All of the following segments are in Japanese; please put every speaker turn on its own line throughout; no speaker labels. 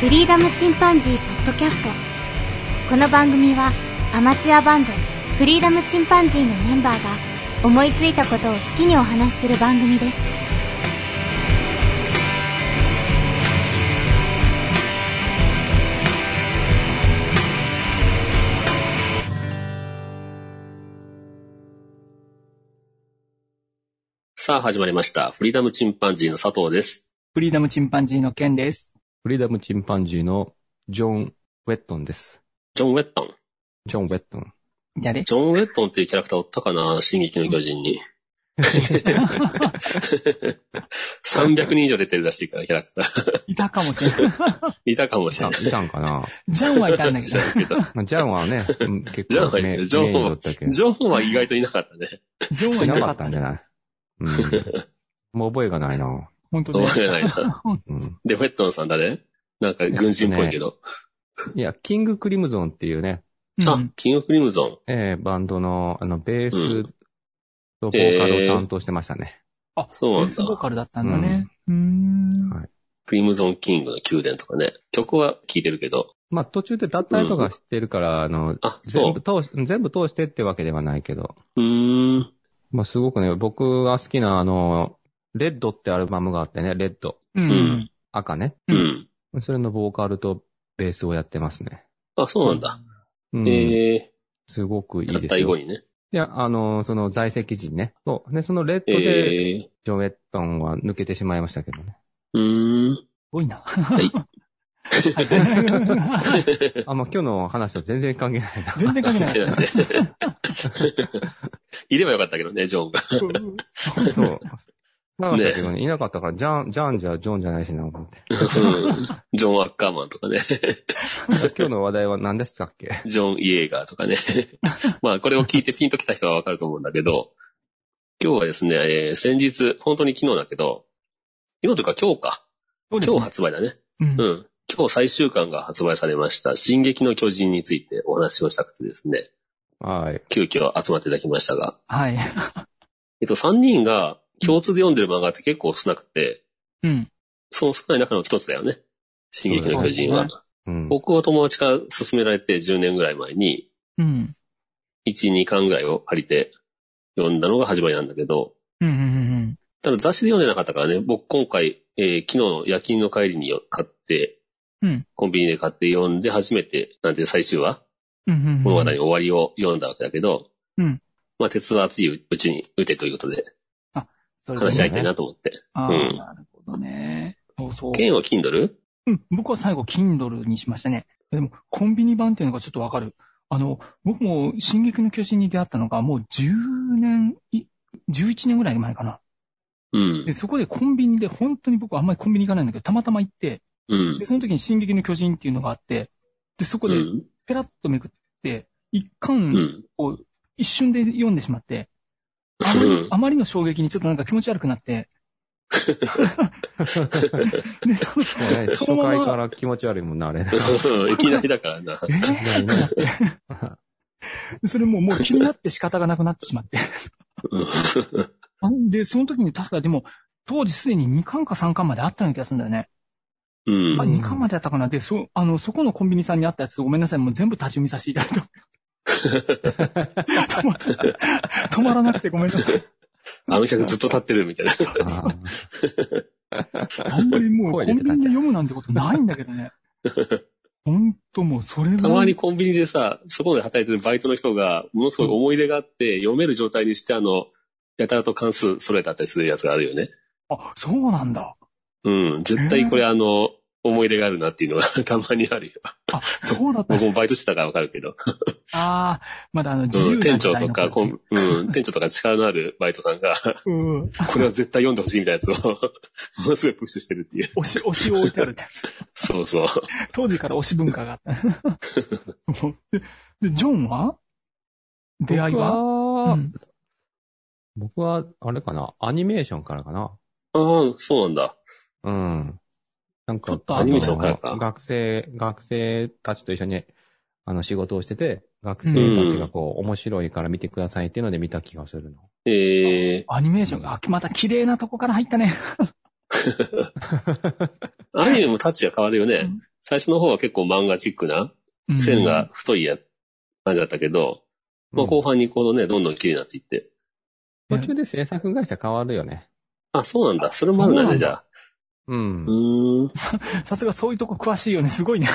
フリーダムチンパンジーポッドキャストこの番組はアマチュアバンドフリーダムチンパンジーのメンバーが思いついたことを好きにお話しする番組です
さあ、始まりました。フリーダムチンパンジーの佐藤です。
フリーダムチンパンジーの件です。
フリーダムチンパンジーのジョン・ウェットンです。
ジョン・ウェットン。
ジョン・ウェッ トン。
誰
ジョン・ウェットンっていうキャラクターおったかな進撃の巨人に。300人以上出てるらしいから、キャラクター。
いたかもしれ ない。
いたかもしれ
あ
ない。
いたんかな
ジャンはいたんだけ
知
ど
ら。んけど
まあジャンはね、うん結
ジャン
構
はいた
メイン
ジョンは
メインだったけど、
ジョンは意外といなかったね。
ジョンはいい
な
な
か
か
っ
ったた
んじゃない うん。もう覚えがないな。
本当
どう
ね。
やないな。
うん。
で、ウェットンさん誰なんか軍人っぽいけど。
いや、キング・クリムゾンっていうね、
う
あ
ん、
キング・クリムゾン。
えー、バンドの、あの、ベー
うん
スとボーカルを担当してましたね。
あ、
そうなんだ
ベースボーカルだったんだね。うーん。
はい
クリムゾン・キングの宮殿とかね。曲は聴いてるけど。
まあ、途中で脱退とかしてるから、あの、
あ、そう
全部。通し、全部通してってわけではないけど、
うーん。
まあ、すごくね、僕が好きな、あの、レッドってアルバムがあってね、レッド。
うん。
赤ね。
う
うん
ん。
それのボーカルとベースをやってますね。
あ、そうなんだ。
うん。
え
すごくい
ー、た
い
っ
で
た
す
以後
よ。い
にね。
や、あの、その在籍時にね。そう。で、そのレッドで、
えー、
ジョン・ウェットンは抜けてしまいましたけど ね。
うーん。
すごい
い
な。はい
あ、まあ、今日の話と全然関係ないな。
全然関係な
手
い
出。して。いればよかったけどね、ジョンが。
そう。なかったけどね、いなかったから、ジャン、ジャンじゃジョンじゃないしな、思って。
ジョン・アッカーマンとかね、
今日の話題は何でしたっけ
ジョン・イエーガーとかね。まあ、これを聞いてピンときた人はわかると思うんだけど、今日はですね、えー先日、本当に昨日だけど、昨日というか今日か。
そうです
今日
ね。
発売だね。
うん
うん。今日最終巻が発売されました、進撃の巨人についてお話をしたくてですね、
はい。
急遽集まっていただきましたが、
はい。
えっと、3人が共通で読んでる漫画って結構少なくて、
うん。
その少ない中の一つだよね。進撃の巨人
そう
は
で。
うん。
僕は友達から勧められて10年ぐらい前に、
うん。
1、2巻ぐらいを借りて読んだのが始まりなんだけど、
うん。うんうん。
ただ雑誌で読んでなかったからね、僕今回、えー昨日の夜勤の帰りによ買って、
うん
コンビニで買って読んで初めて、なんて最終話、
うんうんうん。
物語の終わりを読んだわけだけど、
うん
まあ、鉄は熱いうちに打てということで、
それで
話し合いたいなと思って。
ああ、
うん
なるほどね。そうそう。
剣は Kindle?
うん、僕は最後、Kindle にしましたね。でも、コンビニ版っていうのがちょっとわかる。あの、僕も、進撃の巨人に出会ったのが、もう10年い、11年ぐらい前かな。
うん
で、。そこでコンビニで、本当に僕はあんまりコンビニ行かないんだけど、たまたま行って、
うん
で、。その時に進撃の巨人っていうのがあって、で、そこ
う
で
ん。
ペラッとめくって、一
う
巻
ん。
を一瞬で読んでしまって、あま
う
り
ん、
あまりの衝撃にちょっとなんか気持ち悪くなって、で、その
もうね、初
そのま
回
ま
から気持ち悪いもんな、あれ。
いきなりだからな。
えーそれもう、もう気になって仕方がなくなってしまって。
うん
あで、その時に確かでも、当時すでに2巻か3巻まであったような気がするんだよね。
うん
あ、。2巻まであったかな。で、そ、あの、そこのコンビニさんにあったやつ、ごめんなさい。もう全部立ち読みさせていただい て。止ま止まらなくてごめんなさい。
あの客ずっと立ってるみたいな。
あ
あんまりもうコ
声
ン
出
ビ
てたん
ニで
じゃん
読むなんてことないんだけどね。ほんともう、それは。
たまにコンビニでさ、そこで働いてるバイトの人が、ものすごい思い出があって、読める状態にして、あの、やたらと関数揃えたったりするやつがあるよね。
あ、そうなんだ。
うん。絶対これあの、思い出があるなっていうのが たまにあるよ。
あ、そうだっ た。
僕もバイトしてたからわかるけど。
ああ、まだあの、自
う
由
ん
な
店
時
長
代
と
の
か、こん うん、店長とか力のあるバイトさんが、
うん。
これは絶対読んでほしいみたいなやつ を、ものすごいプッシュしてるっていう。
押し、押しを置いてあるって。
そうそう。
当時から推し文化があった。で、 でジョンは出会いは
は
うん
僕は、あれかな、アニメーションからかな。
ああ、そうなんだ。
うん。なんか、
ちょっと
あの
アニメーションからか
学生、学生たちと一緒に、あの、仕事をしてて、学生たちがこう、面白いから見てくださいっていうので見た気がするの。
ええ
アニメーションが、あまた綺麗なとこから入ったね。
アニメもタッチが変わるよね。最初の方は結構漫画チックな、
うん
線が。太いや、感じだったけど、まあ後半にこのね、どんどん綺麗になっていって。
途中で制作会社変わるよね。
あ、そうなんだ。それもあるんだ
そうなんだ
ね、じゃあ。う
う。
んーん。
さすがそういうとこ詳しいよね。すご いね。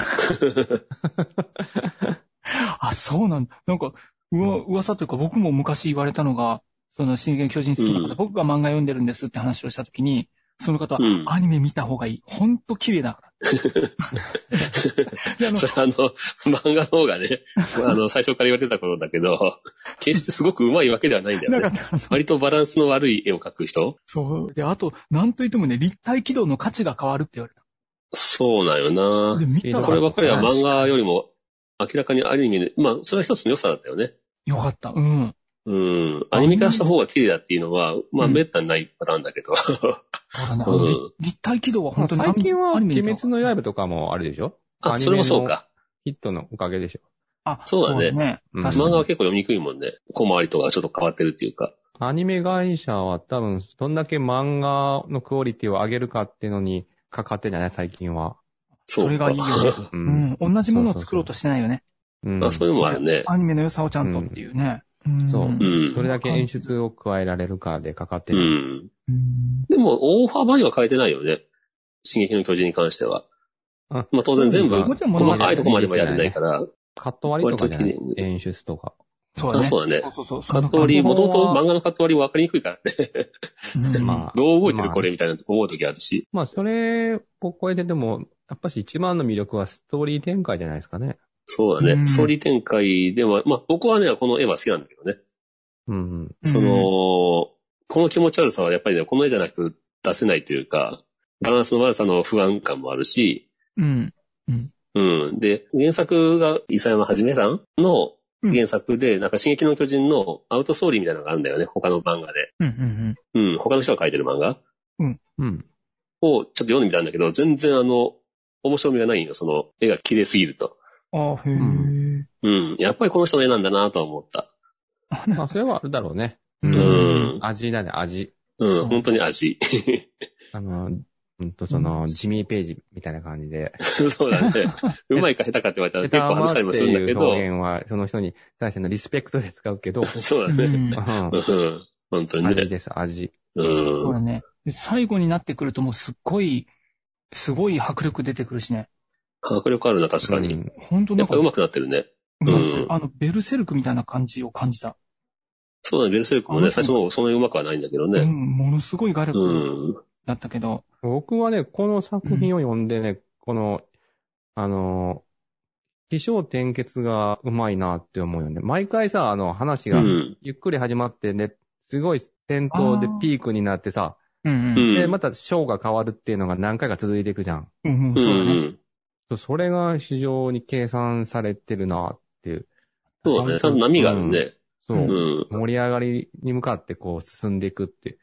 あ、そうなんだ。なんか、うわ、噂というか僕も昔言われたのが、その進撃の巨人好きな方、
うん
僕が漫画読んでるんですって話をしたときに、その方は、
うん
アニメ見た方がいい。ほんと綺麗だから。であの
それあの、漫画の方がね、あの、最初から言われてたことだけど、決してすごく上手いわけではないんだよ
な
ね
か。ったの
割とバランスの悪い絵を描く人
そう。で、あと、なんといってもね、立体軌道の価値が変わるって言われ
そうなんよな
た。で、見たら。
こればっかりは漫
確か
画よりも明らかにアニメで、まあ、それは一つの良さだったよね。
よかった。うん。
うん。アニメ化した方が綺麗だっていうのは、まあ、
うん
滅多にないパターンだけ ど。
そうだね。あ
う
の
ん
立立体軌道は本当にアニ
最近は、
アニ
鬼
メ
滅の刃とかもあるでしょ
あ、それもそう。か。
アニメのヒットのおかげでしょ。
あ、
そうだね
うん
確
漫
か
画は
に。
結構読みにくいもんね。小回りとかちょっと変わってるっていうか。
アニメ会社は多分、どんだけ漫画のクオリティを上げるかっていうのにかかってんじゃない最近は。
そう
それがいいよね。
う
うん。。同じものを作ろうとしてないよね。
うん
まあ、そういうのもあるね。
アニメの良さをちゃんとっていうね。ん
そう。
ん
それだけ演。出を加えられるかでかかって
う
る。
ん。
うん
でも、大幅には変えてないよね。進撃の巨人に関しては。
あ
まあ、当然全部、
もちろん物語
細
は
かいとこまでもやれないから。
カット割りとかじゃない
割と綺麗
演出とか。
そうだ
あ
ね。
そうだね
そう。そうそう。
カット
そん
割り、
その
もと
感
も
動
と
は
漫画のカット割り分かりにくいからね。
な感じうん
まあ。
どう動いて
ま
る
あ
これみたいなとこ思う時あるし。
まあ、それを超えてでも、やっぱし一番の魅力はストーリー展開じゃないですかね。
そう
う
だ
ん
ね。ストーリー展開では、まあ、僕はね、この絵は好きなんだけどね。
うん。
その、この気持ち悪さはやっぱりね、この絵じゃなくて出せないというか、バランスの悪さの不安感もあるし、
うん。
うん。で、原作が、伊佐山はじめさんの原作で、なんか、進撃の巨人のアウトストーリーみたいなのがあるんだよね、他の漫画で。
うん。うん。
うん、他の人が書いてる漫画
うん。
をちょっと読んでみたんだけど、全然あの、面白みがないんよ、その、絵が綺麗すぎると。
うん。あ、へえ。
ん
うん、やっぱりこの人の絵なんだなとは思った。
まあ、それはあるだろうね。
う
うんん。
味だね、味。
う、
そうん
本当に味。
あの、うんと、その、ジミー・ページみたいな感じで。
そう だね。うまいか下手かって言われたら結構外したりもするんだけ
下手
ど
はっ、ていう表現は、その人に対してのリスペクトで使うけ ど、
そうだ
う
ね。
ん
う
うん、本当
ん
に
味
ね。
です、味。
う。
そうんだね。で最後になってくるともうすっごい、すごい迫力出てくるしね。
迫力あるな、確か
う
に。
ん
本当
や
な
っ
ん
ぱ
か、
上手くなってるね。うん
あの、ベルセルクみたいな感じを感じた。
そうだね、ベルセルクも
あ
ね、最初の方そんなに上手くはないんだけど
うん。
ね。
ものすごい画
う
力
ん。
だったけど。
僕はね、この作品を読んでね、この、あの、起承転結がうまいなって思うよね。毎回さ、あの、話
う
が
ん。
ゆっくり始まってね、すごい戦闘で
あー
ピークになってさ、
うん。うん。
で、
うん。
また章が変わるっていうのが何回か続いていくじゃん。
うんうん。
う
そうだね。
ん。
そうそれが非常に計算されてるなっていう。
そうだね。ちゃんと波があるね。
そう
うん
そう。
ん。
盛り上がりに向かってこう進んでいくって。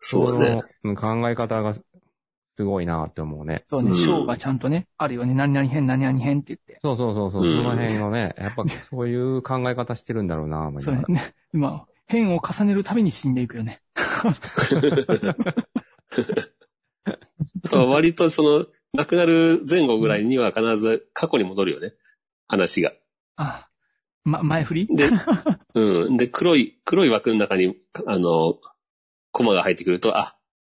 そうですね。
その。うん考え方がすごいなって思うね。
そうね。
うん
ショーがちゃんとね、あるよね。何々編、何々編って言って。
そうそうそうそう、
うん
その辺をね、やっぱそういう考え方してるんだろうな、思い
そ
な
う
が
ね
ら。。
今、変を重ねるために死んでいくよね。
あとは割とその、亡くなる前後ぐらいには必ず過去に戻るよね。話が。
あ、ま、前振り
で、うん。で、黒い、黒い枠の中に、あの、コマが入ってくると、あ、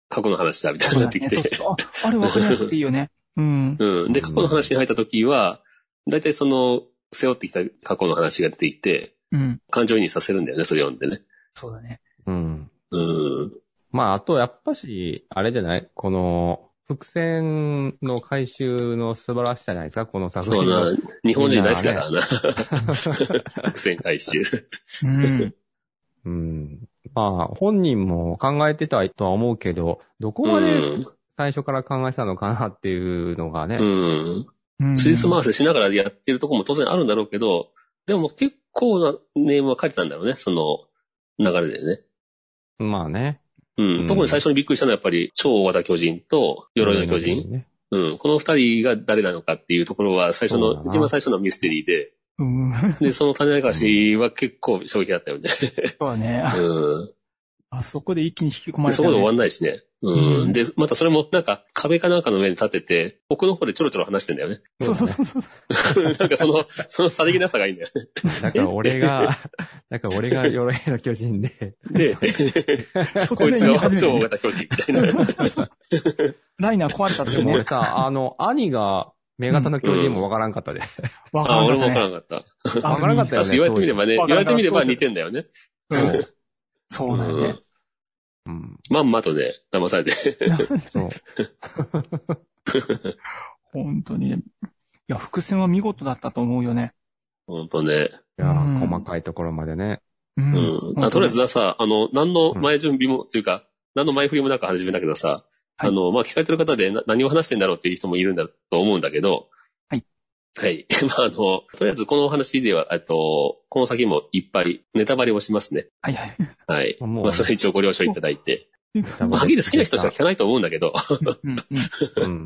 過去の話だ、みたいになってき
そう
て。
そう。あ、あれ分かりやすくていいよね。 うん。
うん。で、過去の話に入った時は、大体その、背負ってきた過去の話が出てきて、
うん。
感情移入させるんだよね、それ読んでね。
そうだね。
うん。
うん。
まあ、あと、やっぱし、あれじゃないこの、伏線の回収の素晴らしさじゃないですかこの作
そう
品の
な。日本人大好きだからな。 伏線回収。
うん。
うん。まあ、本人も考えてたとは思うけど、どこま
う
で
ん
最初から考えてたのかなっていうのがね。
うん。
うん。
スイス回せしながらやってるとこも当然あるんだろうけど、でも結構なネームは書いてたんだろうね、その流れでね。
まあね。う
うんん。特に最初にびっくりしたのはやっぱり超大和田巨人と鎧の巨人。
ね
うん。この二人が誰なのかっていうところは最初
そうだ
の、
な
一番最初のミステリーで、
うん。
で、その種明かしは結構衝撃だったよね。
そうだね。あ
う
あそこで一気に引き込ま
ん。
れた
そこで終わ
ね。
んないしね。う。
うんん
で、またそれもなんか壁かなんかの上に立てて、奥の方でちょろちょろ話してんだよね。
そうそうそうそう。
なんかその、 そのさりげなさがいいんだよね。
だから 俺が、だから俺が鎧の巨人で、
で、こいつが超大型巨人みたい な。
ライナー壊れたと
で
て
も
も
俺さ、あの、兄が、女型の巨人もわからんかったで。
わか
あ、
ら
俺も
な
わからな
かっ
かった。
たね。
わからなかったよ
確かに言われてみればね、言
わ
わ
か
れ
る
てみれば似てんだよね。
うんそうなんだね。
うん。
まんまとね、騙されて。
そう。
本当にね。いや、伏線は見事だったと思うよね。
ほんとね。
いや
うん
ー、細かいところまでね。
う
うんん。あとりあえず、さ、あの、何の
うん
前準備も、というか、何の前振りもなく始めたけどさ、
はい
あの、まあ、聞かれてる方でな何を話してんだろうっていう人もいるんだと思うんだけど、
はい。
はい。 まあ、あの、とりあえずこのお話では、えっと、この先もいっぱいネタバレをしますね。
はいはい。
はい。
もう
まあ、それ一応ご了承いただいて。
多分
まあ、はっきり好きな人しか聞かないと思うんだけど、
う んうん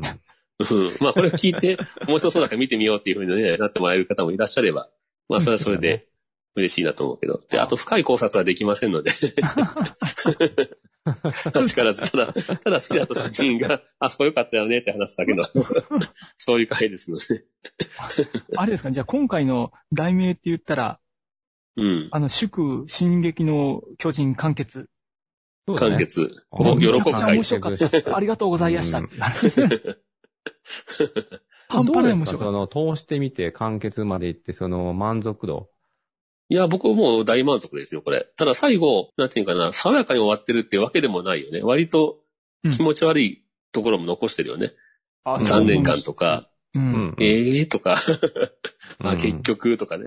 うん
うん。
まあ、これを聞いて、面白そうだから見てみようっていうふうに、ね、なってもらえる方もいらっしゃれば、まあ、それはそれで嬉しいなと思うけど。で、あと深い考察はできませんの で。確からず、ただ、ただ好きだった作品が、あそこ良かったよねって話だけど、 そういう回ですので。
あれですかねじゃあ今回の題名って言ったら、
うん。
あの、祝、進撃の巨人完結。
完結
あも
を
う
喜
め
ぶ
ちゃくちゃ
回
面。白かったです。ありがとうございました。
うん
半端
ど
な
う
い
で
面
す
白
かそ
か
の、
った。
通してみて、完結までいって、その、満足度。
いや、僕もう大満足ですよ、これ。ただ最後、なんていうかな、爽やかに終わってるってわけでもないよね。割と気持ち悪いところも残してるよね。
あ
ん
残念感とか、
う。
うんん。
ええーとか、
うん
あ結。局とかね、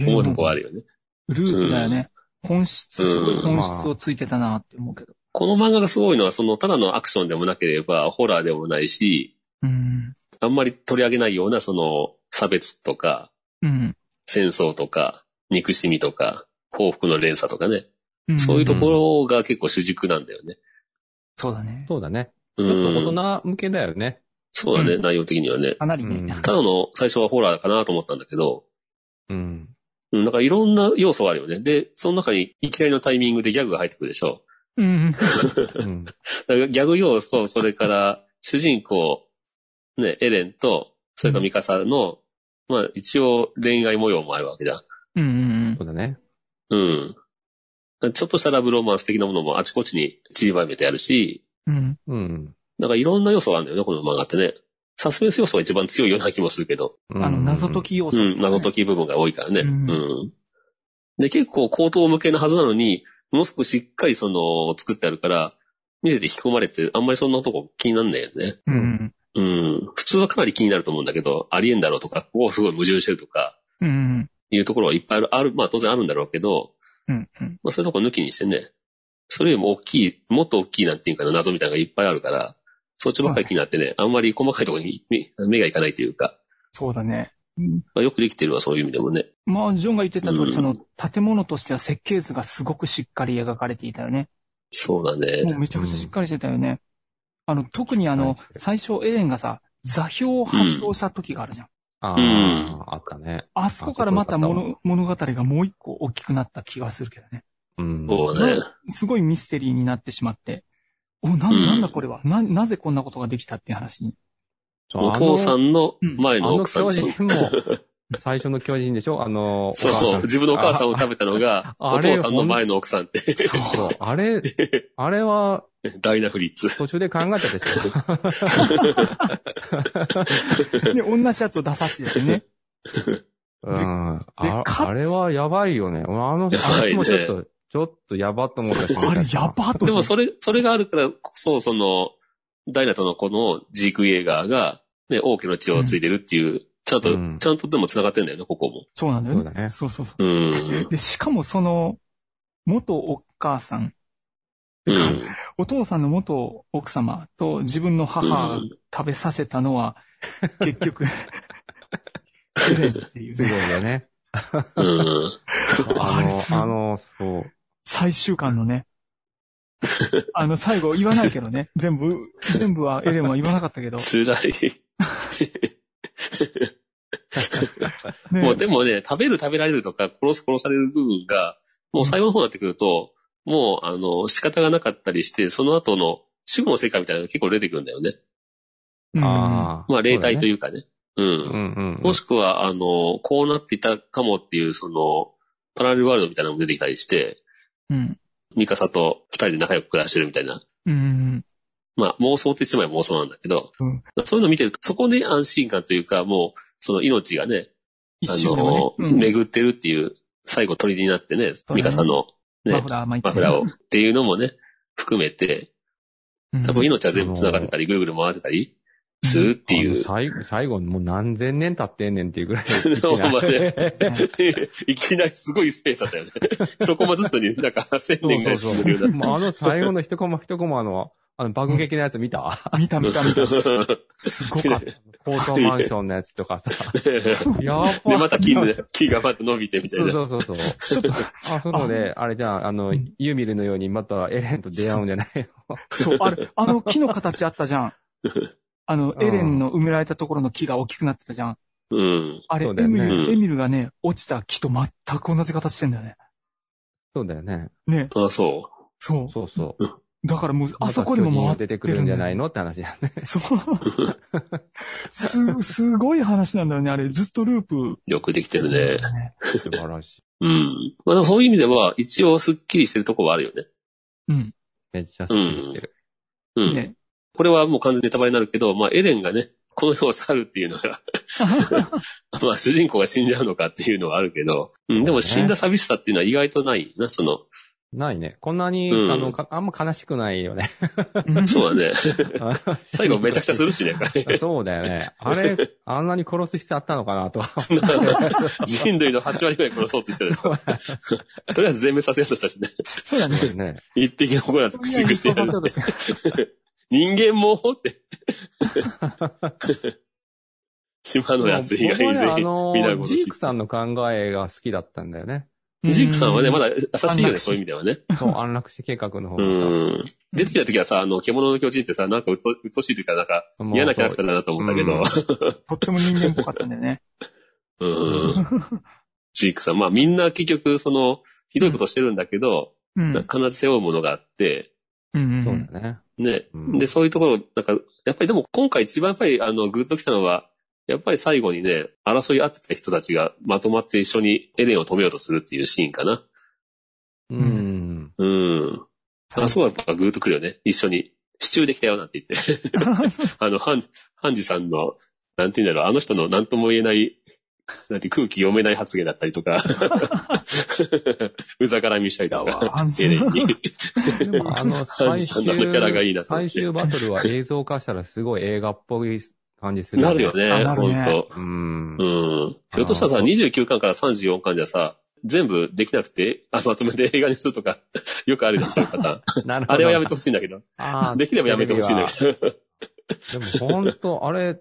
思うとこはあるよね。
ループだよね。本質、すごい本質をついてたなって思うけど。
この漫画がすごいのは、その、ただのアクションでもなければ、ホラーでもないし、
うん。
あんまり取り上げないような、その、差別とか、
うん。
戦争とか、憎しみとか、報復の連鎖とかね。
ん
そういうところが結構主軸なんだよね。
そうだね。
そうだね。
う
ちょっと
ん。
大人向けだよね。
そうだね、
うん
内容的にはね。
かなり
うん
ね。
ただの最初はホラーかなと思ったんだけど、
うん。
うん、なんかいろんな要素があるよね。で、その中にいきなりのタイミングでギャグが入ってくるでしょ。
うん。
うん。
だからギャグ要素、それから、主人公、ね、エレンと、それからミカサの、まあ一応恋愛模様もあるわけだ。
うんうん
そうだね。
うん。ちょっとしたラブロマンス的なものもあちこちに散りばめてあるし、
うん。うん。
うん。
なんかいろんな要素があるんだよね、この漫画ってね。サスペンス要素が一番強いような気もするけど、
あの、謎解き要
う
素。
ん、謎解き部分が多いからね。う。
うんん
で、結構口頭向けなはずなのに、ものすごくしっかりその、作ってあるから、見てて引き込まれて、あんまりそんなとこ気になんないよね。
うん。
うん。普通はかなり気になると思うんだけど、ありえんだろうとか、ここすごい矛盾してるとか、
うん。
いうところはいっぱいある、ある、まあ当然あるんだろうけど、
うん。うん。
まあそういうところ抜きにしてね、それよりも大きい、もっと大きいなんていうかな、謎みたいなのがいっぱいあるから、そっちばっかり気になってね、あんまり細かいところに目目がいかないというか、
そうだね。
まあよくできてるわ、そういう意味でもね。
まあ、ジョンが言ってた通
うん
り、その、建物としては設計図がすごくしっかり描かれていたよね。
そうだ
もう
ね。
めちゃくちゃしっかりしてたよね。あの、特にあの
はい、
最初エレンがさ、座標を発動した時があるじゃん。
あ
うん
あ、あったね。
あそこからまた
あそこよ
物物語がもう一個大きくなった気がするけどね。
うん。
そうだね。
すごいミステリーになってしまって。お、な、
うん
なんだこれはな、なぜこんなことができたっていう話に。
そう
お父さ
あ
んの
うん
前の
のあの
奥さん
巨
と、
人も、 最初の巨人でしょあの、お母
そ
さ
う、
ん
自分のお母さんを食べたのが、
ああ
お
れ
父さんの前の奥さんって、
そう。あれ、あれは、
ダイナフリッツ。
途中で考えたでしょ
で、同じやつを出させて ね。
うん。
で
あ
かつ
あれはやばいよね。俺あの、
やばいね
あれもちょっと、ちょっとやばと思ったし
あれ、やばー と。
でもそれ、それがあるからこそ、その、ダイナとのこのジーク・イエーガーが、ね、王家の血を継いでるっていう、ちゃんと、
うん
ちゃんとでも繋がってんだよね、ここも。
そうなんだよ
そうだね
そうそうそうう。
ん。
で、しかもその、元お母さん、
うん。
お父さんの元奥様と自分の母が食べさせたの は、結局、エレンっていう
すごい
ね、
よね。
うん。
あれ
あ
す
の、あの、そう。
最終巻のね、あの、最後言わないけど ね、全部、全部はエレンは言わなかったけど、
辛い。
ね
もうでもね、食べる食べられるとか、殺す殺される部分が、もう最後の方になってくると、もう、あの、仕方がなかったりして、その後の死後の世界みたいなのが結構出てくるんだよね。
うん
ああ。
まあ、霊体と
いう。
いうかね。う。
うんんうん。
もしくは、あの、こうなっていたかもっていう、その、パラレルワールドみたいなのも出てきたりして、
うん。
ミカサと二人で仲良く暮らしてるみたいな。
うん。
まあ、妄想ってしまえば妄想なんだけど、
うん
そういうのを見てると、そこで安心感というか、もう、その命がね、
一
あ
瞬で
の
も、ね。うん
巡ってるっていう、最後鳥になってね、
だね
ミカさんの、
マ
ね
フ、ラー巻いて
マフラーをっていうのもね、含めて、
うん
多分命は全部繋がってたり、ぐるぐる回ってたりするってい
あの
う。
最後、最後、もう何千年経ってんねんっていうぐらい
ほんまね
うんそ
いきなりすごいスペースだったよね。一コマずつに、なんか1000年ぐらい進んでるような。
もうあの最後の一コマ一コマの、あの爆撃のやつ見た
見た見た 見た。 すごかっ
高層マンションのやつとかさ。 やば
で、また木で、木がまた伸びてみたい
そう
な。
そうそうそう。ちょっと、あ、そうので、あれじゃあ、あの、ユーミルのようにまたエレンと出会うんじゃないの
た。そう、あれ、あの木の形あったじゃん。あの、
うん
エレンの埋められたところの木が大きくなってたじゃん。
うん。
あれ、
そうだ
エ
よね
ミ
うん
ル、エミルがね、落ちた木と全く同じ形してんだよね。
そうだよね。
ね、
あ、そ
そう。
そうそう。
だからもう、あそこにも
ま
回って
た巨人が出てくるんじゃないのって話だね。
そう。す、すごい話なんだよね、あれ。ずっとループ。
う。よくできてるね。
素晴らしい。
うん。まあでもそういう意味では、一応スッキリしてるとこはあるよね。
うん。
めっちゃスッキリしてる。
うん。
ね。
これはもう完全にネタバレになるけど、まあエレンがね、この世を去るっていうのが、 まあ主人公が死んじゃうのかっていうのはあるけど、うん、でも死んだ寂しさっていうのは意外とないよな、その、
ないね。こんなに、
うん
あの、かあんま悲しくないよね。
そうだね。 最後めちゃくちゃす
る。
るしね、
そうだよね。あれ、あんなに殺す必要あったのかなとは。
人類の8割ぐらい殺そうとしてる。とりあえず全滅させようとしたしね。
そうだね。
ね。
一匹残らず
そうい
駆
う
逐してや
そう
る
そ。うそう
人間もって。 島のやつ以
僕は
外
ね
全
あ
員皆
の、
殺
ジ
し
ーク。さんの考えが好きだったんだよね。
ジークさんはね、まだ優しいよ
安楽
ね、
死
そういう意味ではね。
そう、安楽死計画の方
う
がさ。
ん。出てきた時はさ、あの、獣の巨人ってさ、なんかうっとうっとしいというか、なんか
もう
嫌なキャラクターだなと思ったけど、
とっても人間っぽかったんだよね。
うん。ジークさん、まあみんな結局、その、ひどいことしてるんだけど、
うん。う
なん
ん
か必ず背負うものがあって、
うん
そうだね。
ね。
うん
で、そういうところ、なんか、やっぱりでも今回一番やっぱり、あの、グッときたのは、やっぱり最後にね、争い合ってた人たちがまとまって一緒にエレンを止めようとするっていうシーンかな。
うん。
うん。あ、そうだったグッとくるよね。一緒に。支柱できたよなんて言って。あの、ハン、ハンジさんの、なんて言うんだろう、あの人の何とも言えない、なんて空気読めない発言だったりとか、 うざからみしたりとか、
安
エレン
心。
に。
でもあ の、
ハン
最
ジさ
終
んのあのキャラがいいなと思って
最終バトルは映像化したらすごい映画っぽい感じす る。
なるよ。
あ
ね、
なるね
本当
うん
う。ん。ひょっとしたらさ、
あー
29巻から34巻じゃさ、全部できなくて、あまとめて映画にするとか、 よくあるじゃん、そういうパターン。
なるほど。
あれはやめてほしいんだけど。
あー
できればやめてほしいんだけど。
でも本当、あれ、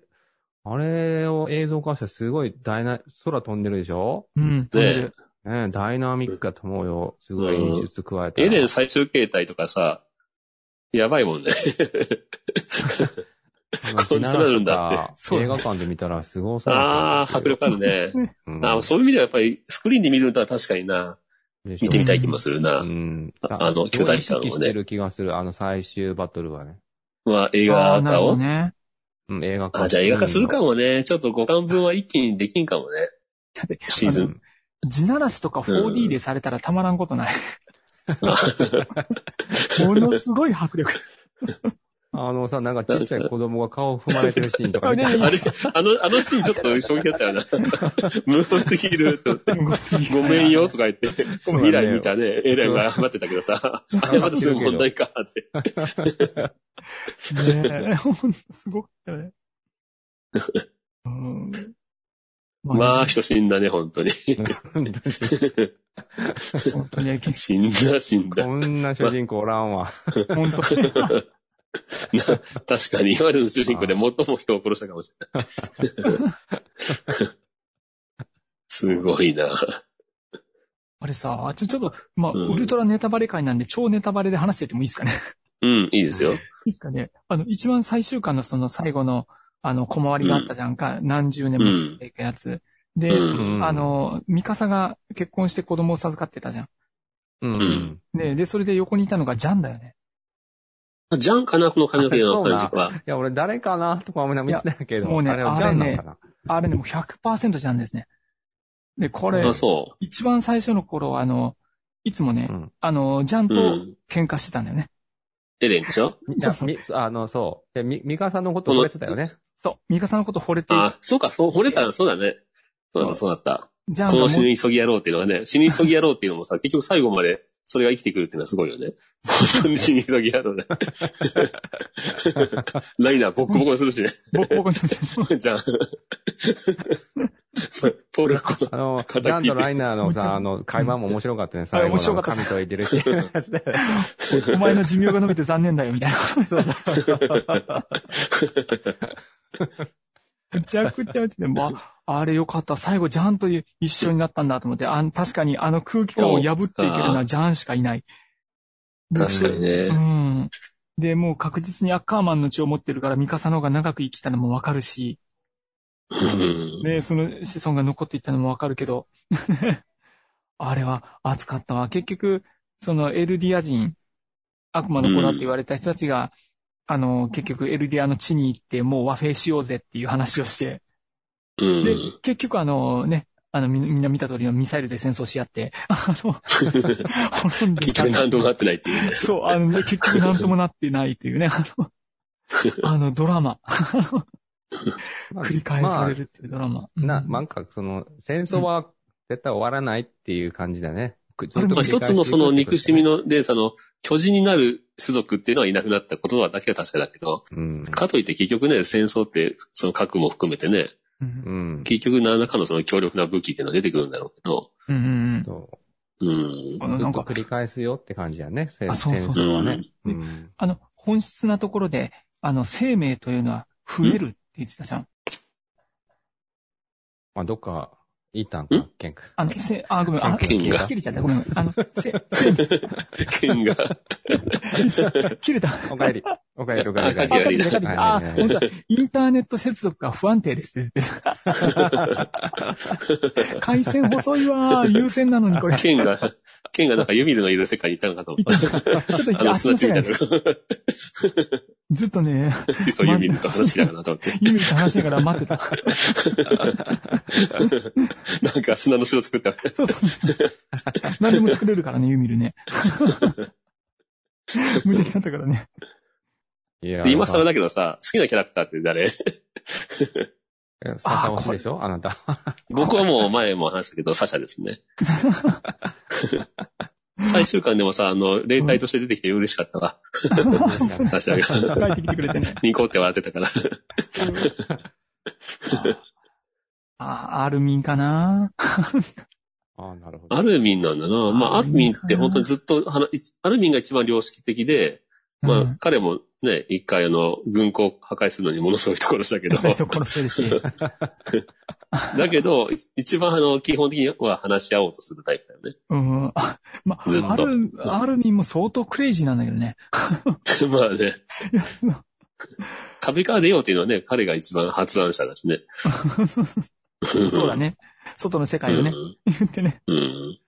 あれを映像化したらすごいダイナ、空飛んでるでしょ
うん。飛んでる
ねえダイナミックだと思うよ。すごい演出加えて。
エレン最終形態とかさ、やばいもん ね。
あ
こんななるんだって
地鳴らしとか
そうだ
映
ね
画館で見たらすごそう
あ
な
あ、
気
迫
が
力あるね。
する。うん
あそういう意味ではやっぱり、スクリーンで見るとは確かにな、
でしょ
見てみたい気もする
う
な。
ん。
ああの
すご
巨
い
大感をね
意識してる気がする。あの最終バトルはね。
まあ、映画
あーなる
化
ほど
を。
ね。
うん、映画化。
あ、じゃあ映画化するかもね。ちょっと5巻分は一気にできんかもね。
だって、
シーズン。
地ならしとか 4D でされたらたまらんことない。ものすごい迫力。
あのさ、なんかちっちゃい子供が顔を踏まれてるシーンとか見た
ね
あれ、あの、あのシーンちょっと衝撃だったよな。 無謀すぎると思って。 ご
ご
めんよとか言って、
そうだね
未来見たね、エレンが謝ってたけどさ、謝ってすぐ問題かって。
ねえ、ほんとすごかった ね。うん。
まあ、
ね、
人死んだね、本当に。
本当に、
死んだ、死んだ。
こんな主人公おらんわ。
本 当に。
な確かに、今までの主人公で最も人を殺したかもしれない。 すごいな。
あれさ、ちょ、ちょっと、まあ、
うん
ウルトラネタバレ会なんで、超ネタバレで話しててもいいですかね。
うん、いいですよ。
いいですかね。あの、一番最終巻のその最後の、あの、小回りがあったじゃんか。何十年も知っていくやつ。
う
で、
ん。
あ、の、ミカサが結婚して子供を授かってたじゃん。
うん。
ん
ねで、それで横にいたのがジャンだよね。
ジャンかなこの髪の毛の感じは。
いや、俺誰かなとか思いながら見てたけど、
いやもうね
あれはジャンなんかな。
あれね、もう100%じゃんですね。で、これ
あ、、そ
一番最初の頃は、あの、いつもね、
うん
あの、ジャン
う。
と
うん。
喧嘩してたんだよね。
エレンでしょ
い
そ
や
うそう
みあの、そう。で、み、ミカさんのこと覚えてたよね。
そう、ミカさんのこと惚れて、
あ、そうか、そう、惚れたらそうだね。そうだった、そうだった。
ジャン
こ
がも
の
う、
死
そ
に急ぎ野郎っていうのはね、死に急ぎ野郎っていうのもさ、結局最後までそれが生きてくるっていうのはすごいよね。本当に死に急ぎ野郎ね。 ライナーボッコボコにするしね。
ボコボコにして そう
じゃあ。トルコ の。
あの、ジ
敵
ャンとライナーの
めっち
さ、
ゃ
あの、会話も面白かったね、
あれ
最
面
後
白
の。
かった
神と言ってるし。やつだよね
お前の寿命が伸びて残念だよ、みたいな。
そうそう。
めちゃくちゃうちで、まあ、あれよかった。最後、ジャンという一緒になったんだと思って、あん確かにあの空気感を破っていけるのはジャンしかいない。で
確かに
う
ね。
ん。で、もう確実にアッカーマンの血を持ってるから、ミカサの方が長く生きたのもわかるし、
うん
ね、その子孫が残っていったのもわかるけど、 あれは熱かったわ。結局、そのエルディア人、悪魔の子だって言われた人たちが、あの、結局エルディアの地に行って、もう和平しようぜっていう話をして、
う
で
ん。、
結局あのね、あの、みみんな見た通りのミサイルで戦争し合って、 あ の、滅んでい
結
た
局何ともなってないっていうね。
そう、あの、ね、結局なんともなってないというね、あ の、あのドラマ、繰り返されるっていうドラマ。
まあ。
うん
な、なんか、その、戦争は絶対終わらないっていう感じだね。ずっと
で
まあ
繰り返してい
一
く
つのその憎しみ。の連鎖の巨人になる種族っていうのはいなくなったことはだけは確かだけど、
うん。
かといって結局ね、戦争って、その核も含めてね、
うん
うん。
結局何らかのその強力な武器っていうのは出てくるんだろうけど、
うんうん
そう
うん
う。ん。あの
ず
なん
っと
か、
繰り返すよって感じだね、戦
あそうそう
戦
そう
争はね。
う
うんん。
あの、本質なところで、あの、生命というのは増えるって言ってたじゃん。
まあ、どっか、いたんか
ん
な、ケン君。
あの、せ、あ、ごめん、あ、
剣が
切れちゃった、ごめん。あの、せ、
剣が、
切れた。
おかえり。おかえり、おかえり。
あ帰
おか
っ
え
て
り
帰って
帰ってあー本当だインターネット接続が不安定で すって回線細いわー優先なのにこれ。ち
剣が、剣がなんかユミルのいる世界に行ったのかと思った。
ょっと
あの、
あっち
すだ
の
ち
世
みたい
界です。
な。
ずっとね、
水素ユミルと話しながらなと思 って。
意味と話しながら 待ってた。
なんか砂の城作った。
そうそう。何でも作れるからね、ユーミ ルね。無敵だったからね。
いや
で今更だけどさ、好きなキャラクターって誰
えサタオスでしょあな た。
僕はもう前も話したけど、サシャですね。最終巻でもさ、あの、霊体として出てきて嬉しかったわ。サシャが。
帰ってきてくれて ね。
ニコって笑ってたから。
あ、アルミンかな
ああ、なるほど。
アルミンなんだな。まあ、アルミンって本当にずっと話、アルミンが一番良識的で、まあ、
うん
彼もね、一回あの、軍港を破壊するのにものすごいところしたけど、
そういう人殺して るし。
だけど、い一番あの、基本的には話し合おうとするタイプだよね。
うん。あま
ずっ
あ、
と
アル、アルミンも相当クレイジーなんだけどね。
まあね、
いやその
壁から出ようっていうのはね、彼が一番発案者だしね。
そうだね。外の世界をね
う、ん
言ってね。
うん。うん。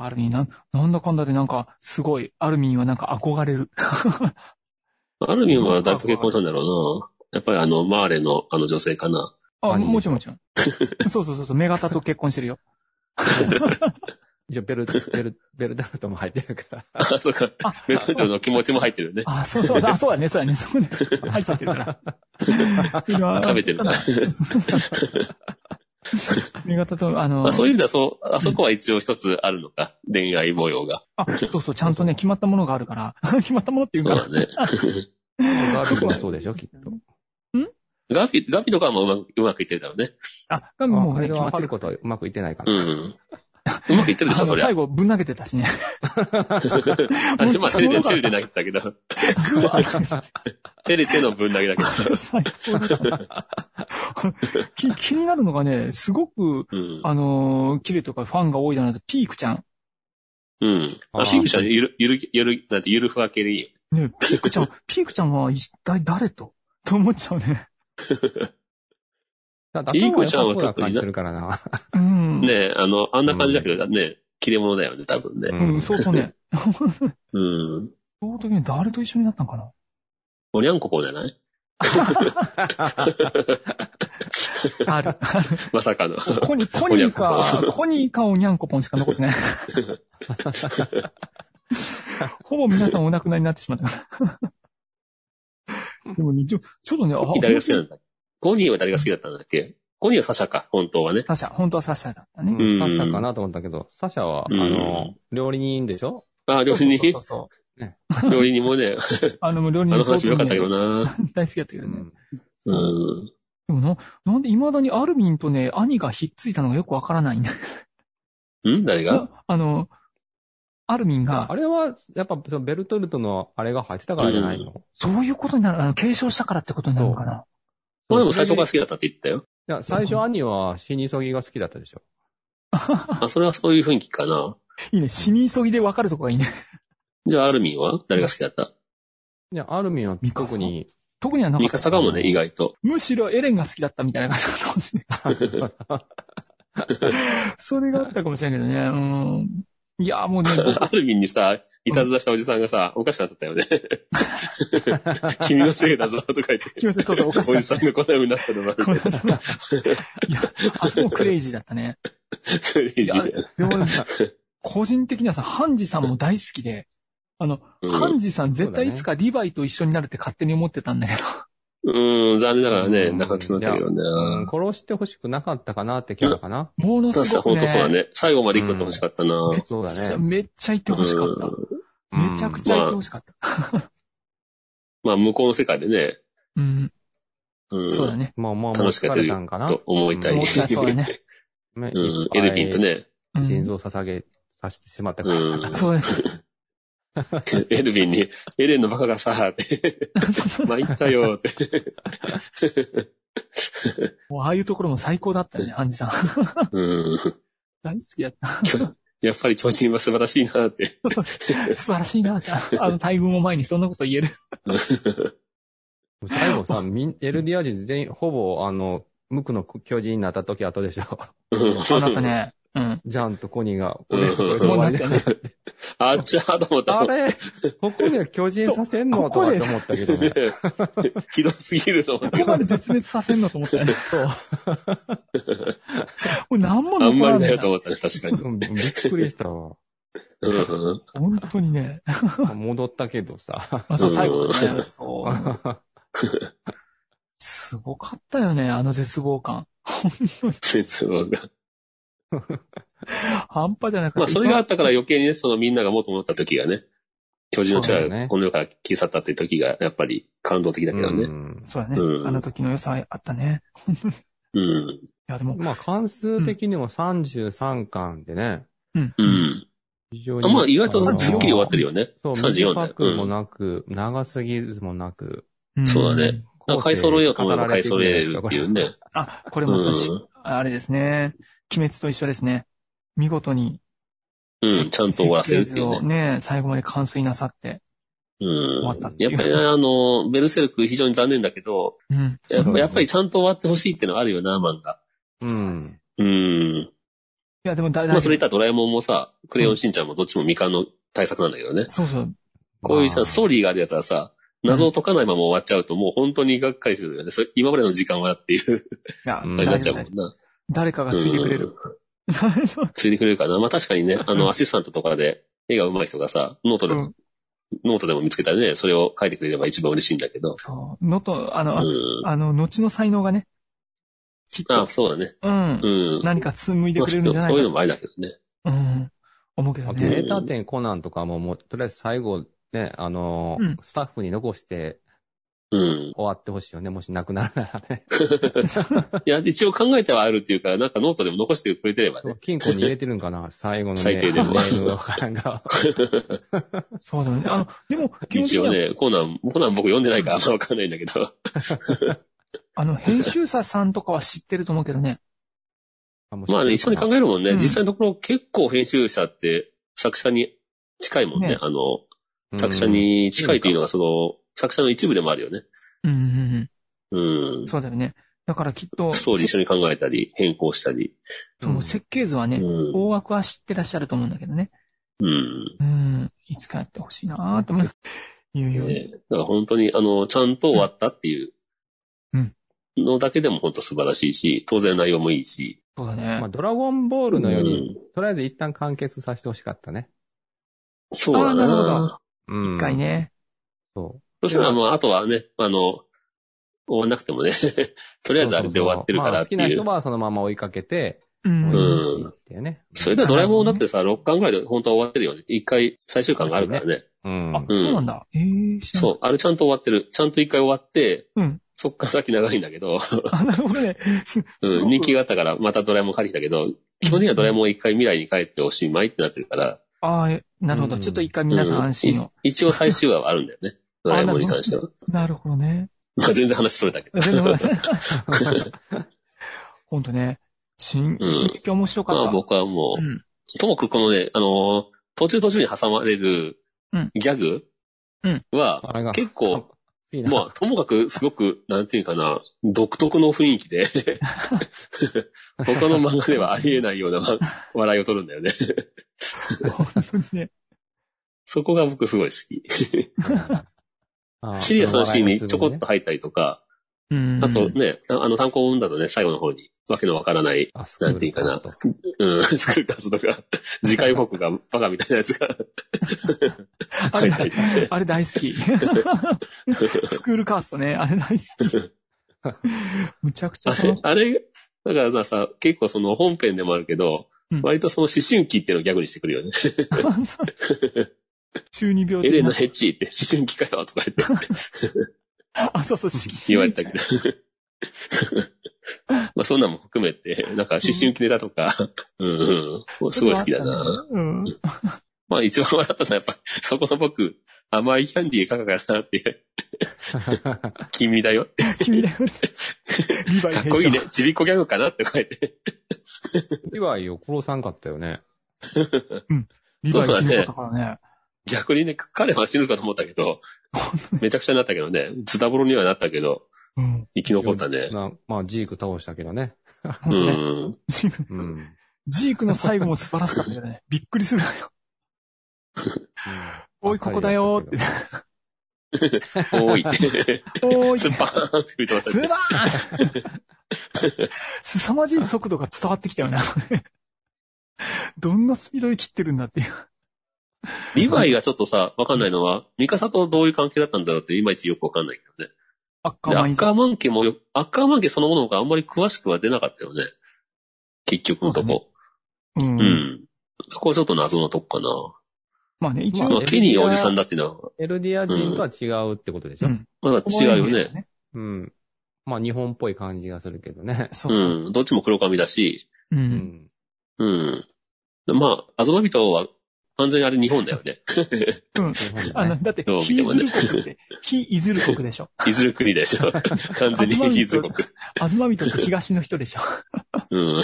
アルミンなん、なんだかんだでなんか、すごい、アルミンはなんか憧 れる。
アルミンは誰と結婚したんだろうな。やっぱりあの、マーレのあの女性かな。
あ、
何
もちろんもちろん。そうそうそうそう、メガタと結婚してるよ。
一応ベル、ベル、ベルダルトも入って るから。
あ、そうか。 ベトナムの気持ちも入ってるよね。
あ、そうそう、あ、そうだね、そうだね、そ うね。入っちゃってるから。
食べて るな。
メガタと、
ま
あの
あ、、そういう意味では、そう、あそこは一応一つあるのか。恋愛模様が。
あ、そうそう、ちゃんとね、決まったものがあるから。 決まったものっていう
そう
か
だ、ね。
ガールもそうでしょ、きっと。
ガフィ、ガフィとかはもううまく、うまくいってるだろうね。
あ、が
も
も
う、
う
こ
ね、
れ
決
が
まっ
当
てる
てることはうまくいってないか
う
ら。
ん。うまくいってるでし
あ
ょ、そ
の
りゃ
最。後、ぶん投げてたし ね。
あれ、まあ、
めっちゃ
テレビ、
物が
テレビで投げてたけど。テレビの分だけだ けど。
最高だった気気になるのがね、すごく、
うん。
あのー、キレとかファンが多いじゃないと、ピークちゃん。
うん。
あ
あ、
ー
フィグちゃん、ゆる、ゆる、ゆる、なんて、ゆるふわ系でいいよ。
ね、ピーク ちゃん、ピークちゃんは一体誰とと思っちゃうね。
だ
いい子ちゃんはちょっと
感じするからな。
うん。。
ねえ、あの、あんな感じだけど、ね、切れ者だよね、多分ね。
うん、相当ね。
うん。
相当ね、誰と一緒になったのかな
おにゃんここじゃない
ある。ある
まさかの。
コニ、コニーか、コニーかおにゃんこぽんしか残ってない。ほぼ皆さんお亡くなりになってしまった。でもね、ちょ、ちょっとね、あ、
誰が好きなんだっけコニーは誰が好きだったんだっけコニーはサシャか、本当はね。
サシャ、本当はサシャだった
う
ね。
んサシャかなと思ったけど、サシャは、あ
うん
の、料理人でしょ
ああ、料理人
そうそ
料理人もね、
うそう。あの、料理
あの
人
話も良かったけど
ね
な。
大好きだったけ
う
どね。
ん。
うん。
でもな、なんで未だにアルミンとね、兄がひっついたのがよくわからないんだよ。
ん誰が
あの、アルミン
あ
が、
れは、やっぱ、そのベルトルトのあれが入ってたからじゃないの、
そういうことになる、あの、継承したからってことになるのかな。
まあでも最初から好きだったって言ってたよ。
いや、最初兄は死に急ぎが好きだったでしょ。
あ、それはそういう雰囲気かな。
いいね、死に急ぎでわかるとこがいいね。
じゃあ、アルミンは誰が好きだった
いや、アルミンは
ミカサ
特に、
特にはなか
ミ
っ
カ
た。
サかもね、意外と。
むしろエレンが好きだったみたいな感じだったかもしれない。 それがあったかもしれないけどね。うん。いや、もう ね、
アルミンにさ、いたずらしたおじさんがさ、おかしくなっちゃったよ ね。君のせいだぞ、とか言って。
君のせいそうそうおかしく
お
なっ
じさんがこんな風になったのが、
こんなのがいや、あそこクレイジーだったね。
いじめ
でも俺、個人的にはさ、ハンジさんも大好きで、あの、
うん
ハンジさん絶対いつかリヴァイと一緒になるって勝手に思ってたんだけど。
うん、残念ながらね、
うん
なくなってしまったけど
う
ね
ん、。殺してほしくなかったかなってキャラかな。
もの
確
す
か
ごく、
本
ね。
当そうだね。最後まで生きとってほしかったな。
めっ
そうだ
ちゃ
ね。
めっちゃ行ってほしかった。
うん
めちゃくちゃ行ってほしかった。
まあ、向こうの世界でね。
うん、
うん、
そうだね。
まあまあ、もう
楽しくや
疲
って
れ
る
たんかな。
と思いたい。
もう一回そうだね。
ね
うん、エルビンと。
いっ
ね、
う
ぱ
ん
い心臓捧げさせてしまったか
うん
ら。
そ うです。
エルビンに、エレンのバカがさ、って、 参ったよ、って。
もうああいうところも最高だったよね、ハンジさん。
うん。
大好きだった。
やっぱり巨人は素晴らしいな、って。
素晴らしいなって。あの、大群を前にそんなこと言える。
最後さ、みん、エルディア人全員、ほぼ、あの、無垢の巨人になった時後でしょ。
うん
そうだったね。うん。
ジャンとコニーが、
うん
俺俺の
もうな
前
ん
で
かね、
あっちゃーと思った
あ。れここで巨人させんの
そう
と
ここ
かっ
で
て思ったけどね。
ねひどすぎると思ったけ
こ
ど
こま。で絶滅させんのと思 ったよね。
そう
もう何も
あん
残
ま
ら
り
な
だ
い
よ。と思ったね、確かに。
うんびっくりしたわ。
うんうん
本当にね。
戻ったけ どさ。
あ、そう、
うん
最後だね。そう。すごかったよね、あの絶望感。
絶望が。
半端じゃなくて。
まあ、それがあったから余計にね、そのみんながもっと思った時がね、巨人の
そ
力
うだ
が
ね
この世から消え去ったっていう時が、やっぱり感動的だけど
う
ね。
ん
そうだね
う。ん
あの時の良さあったね。
うん。
いや、でも、
まあ、関数的にも33巻でね。
うん。
非常
あ
に。
まあ、意外と
あの
すっきり終わってるよね。
そう、
34だ
短
よ。
くも
うん。
なく、長すぎずもなく。
ん
そうだね。なんか買い揃えようと思えば買い揃えるっていうね。
あ、これ
うん
もさし、あれですね。鬼滅と一緒ですね。見事に。
うん、ちゃんと終わらせるっていうね
設計。図をね、最後まで完遂なさって。
うん
わったっ。てい
や
う
っぱりね、あの、ベルセルク非常に残念だけど、
うん。
やっぱやっぱりちゃんと終わってほしいってのはあるよな、漫画。
うん。
うん。
いや、でもだ、だ
まあ、それ言ったらドラえもんもさ、クレヨンしんちゃんもどっちも未完の対策なんだけどね。
そうそう。
こういう
ま
さ、
あ
ストーリーがあるやつはさ、謎を解かないまま終わっちゃうと、もう本当にがっかりするよね。それ今までの時間はっていう、
いや、
うん
あれになっ
大
ち
丈
ゃ
夫
うもん
大丈夫
な。
誰かがついてくれ
う
る
ん。。
大丈夫。
ついてくれるかな。まあ確かにね、あの、アシスタントとかで、絵が上手い人がさ、ノートで
う
も
ん、
ノートでも見つけたらね、それを書いてくれれば一番嬉しいんだけど。
そう。のと、あ
う
の、
ん。
あの、後の才能がね、きっ
あ
と、
そうだね。
うん
う。ん。
何か紡いで
まあ
くれ
そう
るんじゃない
いう
か
のもありだけどね。
うん。思うけど
あと、
ね。
名探偵コナンとかも、もう、とりあえず最後、ね、あのー
うん
スタッフに残して
うん。
終わってほしいよね。もしなくなるならね。
いや、一応考えてはあるっていうか、なんかノートでも残してくれてればね。
金庫に入れてるんかな最後のね。
最低でも
メールの感 が。
そうだよね。あの、でも、基本的
一
に
応
は、
ね、コナン、コナン僕読んでないからあんまわかんないんだけど。
あの、編集者さんとかは知ってると思うけどね。
まあね、一緒に考えるもんね。
うん
実際のところ結構編集者って作者に近いもんね。
ね
あの、
え
作者。に近いというのがその、作者の一部でもあるよね。
うんうん
う
うんん。。そうだよね。だからきっと、
ストーリー一
せ
緒に考えたり、変更したり。
その設計図はね、
うん。
大枠は知ってらっしゃると思うんだけどね。
うん。
うん。いつかやってほしいなーって思う。言うよね。
ねだから本当に、あの、ちゃんと終わったっていう
うん
のだけでも本当素晴らしいし、当然内容もいいし。
そうだ
まあ、
ね。
ドラゴンボールのよう
う
に、
ん
とりあえず一旦完結させてほしかったね。
そうだ
あーなるほ
な
ど。うん。
一回。ね。
そう。
そしたらもう、あとはね、あの、終わんなくてもね、 とりあえずあれで終わってるからって
まあ、好き
い
な人
う。
はそのまま追いかけて、
う
美
ん。
味
う
しいっていうね。
それでドラえもんだってさ、6巻ぐらいで本当は終わってるよね。一回最終巻があるからね。
うん。
あ、そうなんだ。ええ、知らな
そう、あれちゃんと終わってる。ちゃんと一回終わって、
うん
そっから先長いんだけど、
かった。あ、なるほどね。すす
う
ご
ん、
く
人気があったからまたドラえもん借りたけど、基本的にはドラえもん一回未来に帰っておしまいってなってるから、
ああ、えなるほど。
うん
ちょっと一回皆さん安心を。
い一応最終話はあるんだよ ね。ドラえもんに関しては。
なるほどね。
まあ全然話それだけど。
全然ごめんなさいほんとね。新、
うん
新劇面白か
ま
っ
あ
た。
僕はも
う
う、
ん。
ともかくこのね、あのー途中途中に挟まれる
うん
ギャグ
うん
は、
あれが
結構、
いいな
まあともかくすごく、なんていうかな、独特の雰囲気で、他の漫画ではありえないようなま笑いを取るんだよね。
ほんとにね。
そこが僕すごい好き。
あ
シリアスなシーンにちょこっと。入ったりとか、
うん。
あとね、ああの単行本だとね、最後の方に、わけのわからない、
あ、スクー
な
ル
んていうかな
コース、
うん、スクールカーストとか、次回報告がバカみたいなやつが
あ
入
れ
ったり
大
とかして
あれ大好き。スクールカーストね。あれ大好き。むちゃくちゃ
あ
楽し
れ
い、
あれ、だからさ、さ結構その本編でもあるけど、
うん
割とその思春期っていうのをギャグにしてくるよね。
中二病
エレ
的な
ナ。ヘッチって思春期かよとか言って
あ、そうそう、
言われたけど。 まあそんなんも含めて、なんか思春期ネタとか、うんうん、すごい好きだな。
うん。
まあ一番笑ったのはやっぱ、そこの僕、甘いキャンディーかかかなっていう、君だよ って、
君だよね。リヴァイ
かっ
兵長
こいいね。、ちびっこギャグかなって書いて。
リヴァイを殺さんかったよね。
リヴァイ兵長だからね。
逆にね、彼は死ぬかと思ったけど、
本当に。
めちゃくちゃになったけどね、ズタボロにはなったけど、
うん。
生き残ったね。
なまあ、ジーク倒したけどね。
う
本当ね。
ん。
ジーク
うん。うん
ジークの最後も素晴らしかった よね。びっくりするわよ。おい、ここだよーって。。
多いって。
おーい。
スパーンって言ってまし
ス
たね
バーン凄まじい速度が伝わってきたよね。 あのねどんなスピードで切ってるんだっていう。
リヴァイがちょっとさ、わかんないのは、ミカサとどういう関係だったんだろうって、いまいちよくわかんないけどね。
赤
でア
マイ
ッカーマン家もよ、アッカーマン家そのものがあんまり詳しくは出なかったよね。結局のとこ。
う。
うんん。そこはちょっと謎のとこかな。
まあね、一
まあ
ま
応
あ、
ね。
ケニーおじさんだっていうのは、
エルディア人とは違うってことでしょ、
う
うんん、
まだ違うよね。。
まあ、日本っぽい感じがするけどね。
そう
う
そうそう。
ん。どっちも黒髪だし、
う。
うんん。
うん。まあ、アズマビトは完全にあれ日本だよ ね。
うん。
日本
あ
だ
の、
ね。
だって、
どう
非
見て
イ
も
ズ
ね
ル国って、非イズル国でしょ。
いずれ国でし ょ。完全にヒズ国。
アズマビトって東の人でしょ。
うん。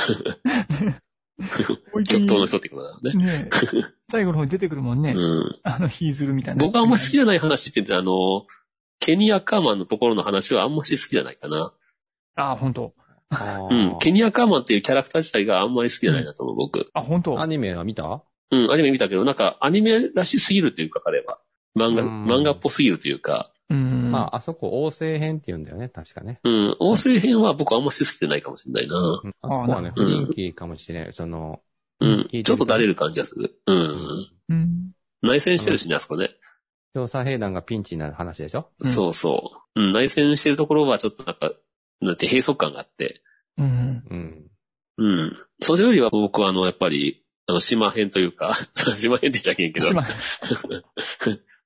極東の人ってことだよね。
ねえ最後の方に出てくるもんね。
うん。
あの、ヒーズルみたいな。
僕はあんま好きじゃない話って言って、あの、ケニーアッカーマンのところの話はあんまし好きじゃないかな。
ああ、本当
あ
う
ー
ん。ケニーアッカーマンっていうキャラクター自体があんまり好きじゃないなと思う、僕。
あ、本当
アニメは見た
うん、アニメ見たけど、なんかアニメらしすぎるというか、彼は。漫画、
うん
漫画っぽすぎるというか、
うん。
まあ、あそこ、王政編って言うんだよね、確かね。
うん、王政編は僕あんまし好きじゃないかもしれないな。
うんあそこはね、
あーなるほど
雰囲気かもしれん。その、
うん
聞いて、る
ちょっとだれる感じがする。うん。
うん。
内戦してるしね、あそこね。
調査兵団がピンチになる話でしょ
うん
そうそう。うん、内戦してるところはちょっとなんか、なんて閉塞感があって。
うん。
うん。
うん。それよりは僕はあの、やっぱり、あの、島編というか、 島編って言っちゃいけんけど
し、まい。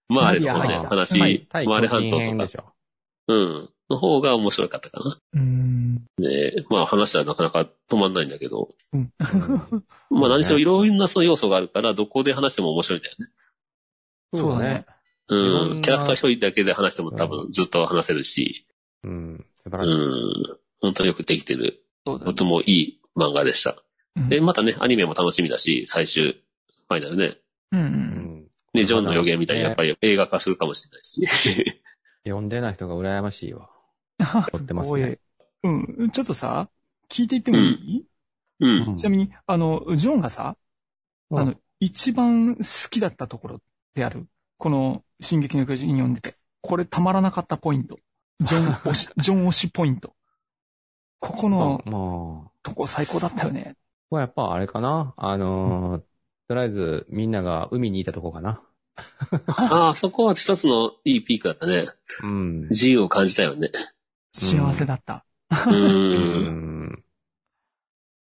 まああれの方
マリア
ね、
半島
話、
はい
対
マーレ半
巨
島
人編
と
で
か、
しょ。
うん、の方が面白かったかな。
うん。
ねまあ話したらなかなか止まんないんだけど、
うん
まあ何しろ
ね
いろんなその要素があるから、どこで話しても面白いんだよね。
そうだね。。
いろ
うんん。
な
キャラクター一人だけで話しても多分ずっと話せるし、
うん。素晴
う
らしい。
ん。本当によくできてる。
そうだ
と
ね
てもいい漫画でした。
うん
で、またね、アニメも楽しみだし、最終、ファイナルね。
う。
うん ん。
ね、ジョンの予言みたいにやっぱり映画化するかもしれないし。
読んでない人が羨ましいわ。
撮
ってますね。
うん。ちょっとさ、聞いていってもいい、
うん。
ちなみに、あの、ジョンがさ、あの、一番好きだったところってあるこの進撃の巨人読んでて、これたまらなかったポイント。ジョン推し、ジョン推しポイント。ここの
まあ、まあ
とこ最高だったよね。
これはやっぱあれかなあのーとりあえずみんなが海にいたとこかな。
ああ、そこは一つのいいピークだったね。
うん。
自由を感じたよ ね。
幸せだった。
う。
うんん。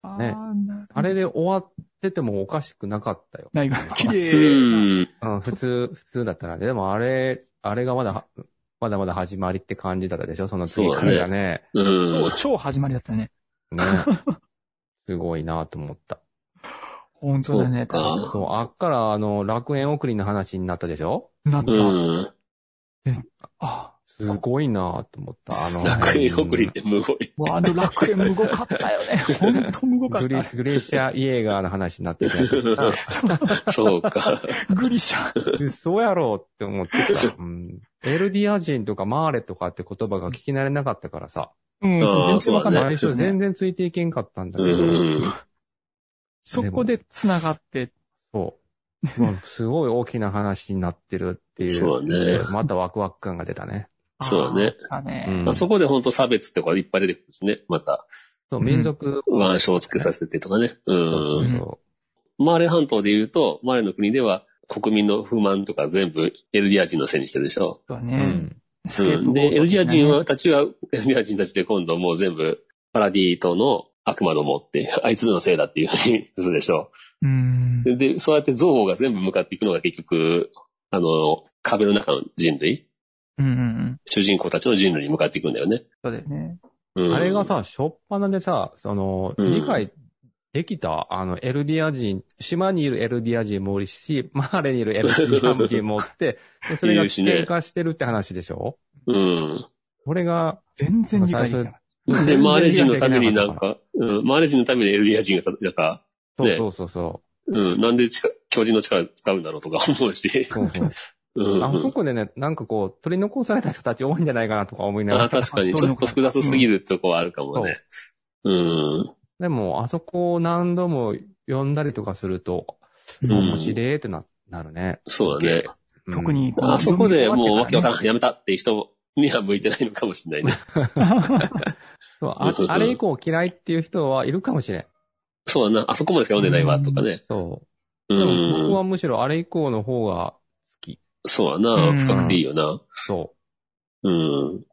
あ
ね
ーなるほど
あれで終わっててもおかしくなかったよ。
ないわ。綺
う
麗
ん。
うん、普通、普通だったらね。でもあれ、あれがまだ、まだまだ始まりって感じだったでしょその次からがね。
う。
な。もうん超始まりだったね。
ねすごいなと思った。
本当だね。
そうか
確か
そう、あっからあの、楽園送りの話になったでしょ
になった。
うん。
あ、
すごいなと思った。あ の、
楽園送りってむごい。
ワード楽園無語かったよね。本当無語かっ
グレ
た。
グレーシャ・イエーガーの話になってて。あ
そうか。
グリシャ。
嘘やろって思ってた。うんエルディア人とかマーレとかって言葉が聞き慣れなかったからさ。
うん、そう、全然わかんな
あ
い
最。初全然ついていけんかったん だ
う
けど。
ん。
そこで繋がって、
そう。まあすごい大きな話になってるっていう。
そうだね
またワクワク感が出たね。
そうだね
あー。だね。
うん
まあ、そこで本当差別とかいっぱい出てくるしね。また、
そう、民族。
腕章をつけさせてとかね。う
そうんそう。そ
マーレ半島で言うと、マーレの国では国民の不満とか全部エルディア人のせいにしてるでしょ。
そうだ
う。う
ね。
ん。
スケープ
う
ゴ
ん、
ー
で、
ト
エルディア人は、たちは、エルディア人たちで今度もう全部、パラディ島の悪魔どもって、 あいつらのせいだっていうふうにするでしょ
うん。
で。で、そうやって憎悪が全部向かっていくのが結局、あの、壁の中の人類、
うんうんうん。
主人公たちの人類に向かっていくんだよね。
そうだよね。
うん、
あれが、さ、しょっぱなでさ、その、
うん
理解できた、あの、エルディア人、島にいるエルディア人もおるし、マーレにいるエルディア人もお って、でそれが
いるしね
喧嘩してるって話でしょ
うん。
これが、
全然理解できない。
で、マーレ人のためになん
かっ
か、うん、マーレ人のためにエルディア人が、なんか、
たから。
ね
そうそうそう
うん、なんで力巨人の力使うんだろうとか 思うし。
そう。そう
うん、
あそこでね、なんかこう、取り残された人たち多いんじゃないかなとか思いなが
あ
ら。
確かに、ちょっと複雑すぎるとこはあるかもね。うん。
でも、あそこを何度も呼んだりとかすると、
ん
面白いってな、なるね。
そうだね。
うん
特。に、の
あそこでもうわけわからん、
読
やめたっていう人には向いてないのかもしれないね。
み終わってからね
そう
う
あ
んうんうん
あれ以降嫌いっていう人はいるかもしれん。
そうだな、あそこまでしか読んでないわ、とかね。
そうう。でも
ん。
僕はむしろあれ以降の方が好き。
そう
う
だ
ん
な、深くていいよな。
そ
うん。
う。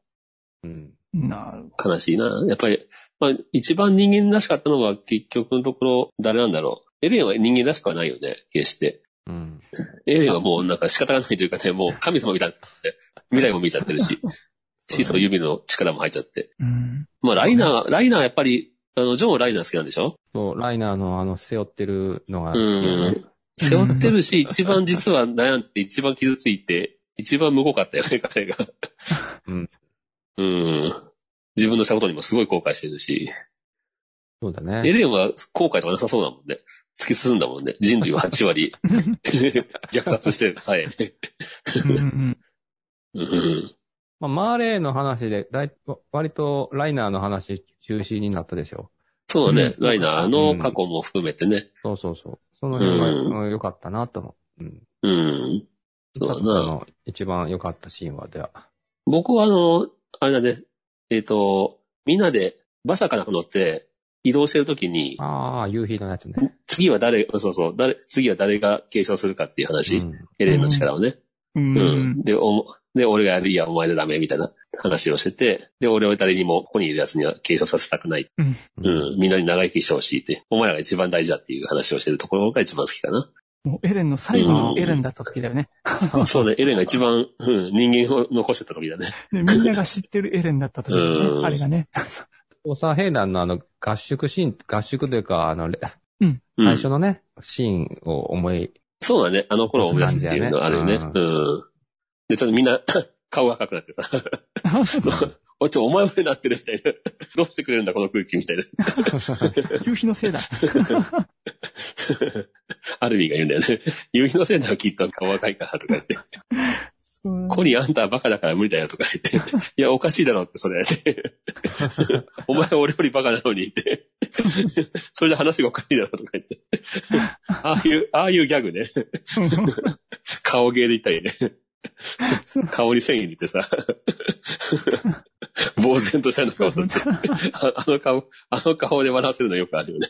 うん。
なるほ
悲しいな。やっぱり、まあ、一番人間らしかったのは結局のところ、誰なんだろう。エレンは人間らしくはないよね、決して。
うん。
エレンはもうなんか仕方がないというか ね、もう神様みたいになって、未来も見えちゃってるし、シーソー指の力も入っちゃって。
ど。うん。
まあ、ライナーは、ライナーはやっぱり、あの、ジョンはライナー好きなんでしょ
そう、ライナーのあの、背負ってるのが好
う
きよね
ん。背負ってるし、一番実は悩んでて、一番傷ついて、一番無効かったよね、彼が。
うん。
うん。自分のしたことにもすごい後悔してるし、
そうだ
エ
ね。
レンは後悔とかなさそうだもんね。突き進んだもんね。人類は8割 虐殺してさえ。
うんうん
うん。
まあ、マーレーの話で、だい、割とライナーの話中心になったでしょ。
そうだね、
うん
ライナーの過去も含めてね。
そうそうそう。その辺が
うん
うん良かったなと思う。うん。
うん。そうだ
佐
な
藤さんの一番良かったシーンは、では。
僕はあの、あれだね、えっ、と、みんなで馬車かなんか乗って移動してるときに、
ああ、夕日のやつね。
次は誰、そうそう、誰、次は誰が継承するかっていう話、
うん
エレンの力をね。
うん。
う。
うんん。
で、お、で、俺がやるいや、お前でダメみたいな話をしてて、で、俺は誰にもここにいる奴には継承させたくない。うん。みんなに長生きしてほしいって、お前らが一番大事だっていう話をしてるところが一番好きかな。
もうエレンの最後のエレンだった時だよね。
そうね、エレンが一番、うん、人間を残してた時だね。
ねみんなが知ってるエレンだった時だよ
う
ね。
ん
あれ がね。
調査兵団のあの合宿シーン、合宿というか、あの、れ
うん、
最初のね、シーンを思い、
そうだね。あの頃を思い出すっていうのあるよね。
そういう感
うん。で、ちょっとみんな 顔が赤くなってさ。 そうおいちょ、お前までなってるみたいな。 どうしてくれるんだ、この空気みたいな。
夕日のせいだ。
アルミが言うんだよね。 夕日のせいだよ、きっと顔赤いからとか言って。
そう
コリーあんたはバカだから無理だよとか言 って。いや、おかしいだろって、それ。お前は俺よりバカなのにって。それで話がおかしいだろとか言って。ああいう、ああいうギャグね。顔芸で言ったりね。顔に線入れて さ、呆然としたような顔させて、あ あの顔、あの顔で笑わせるのよくあるよね。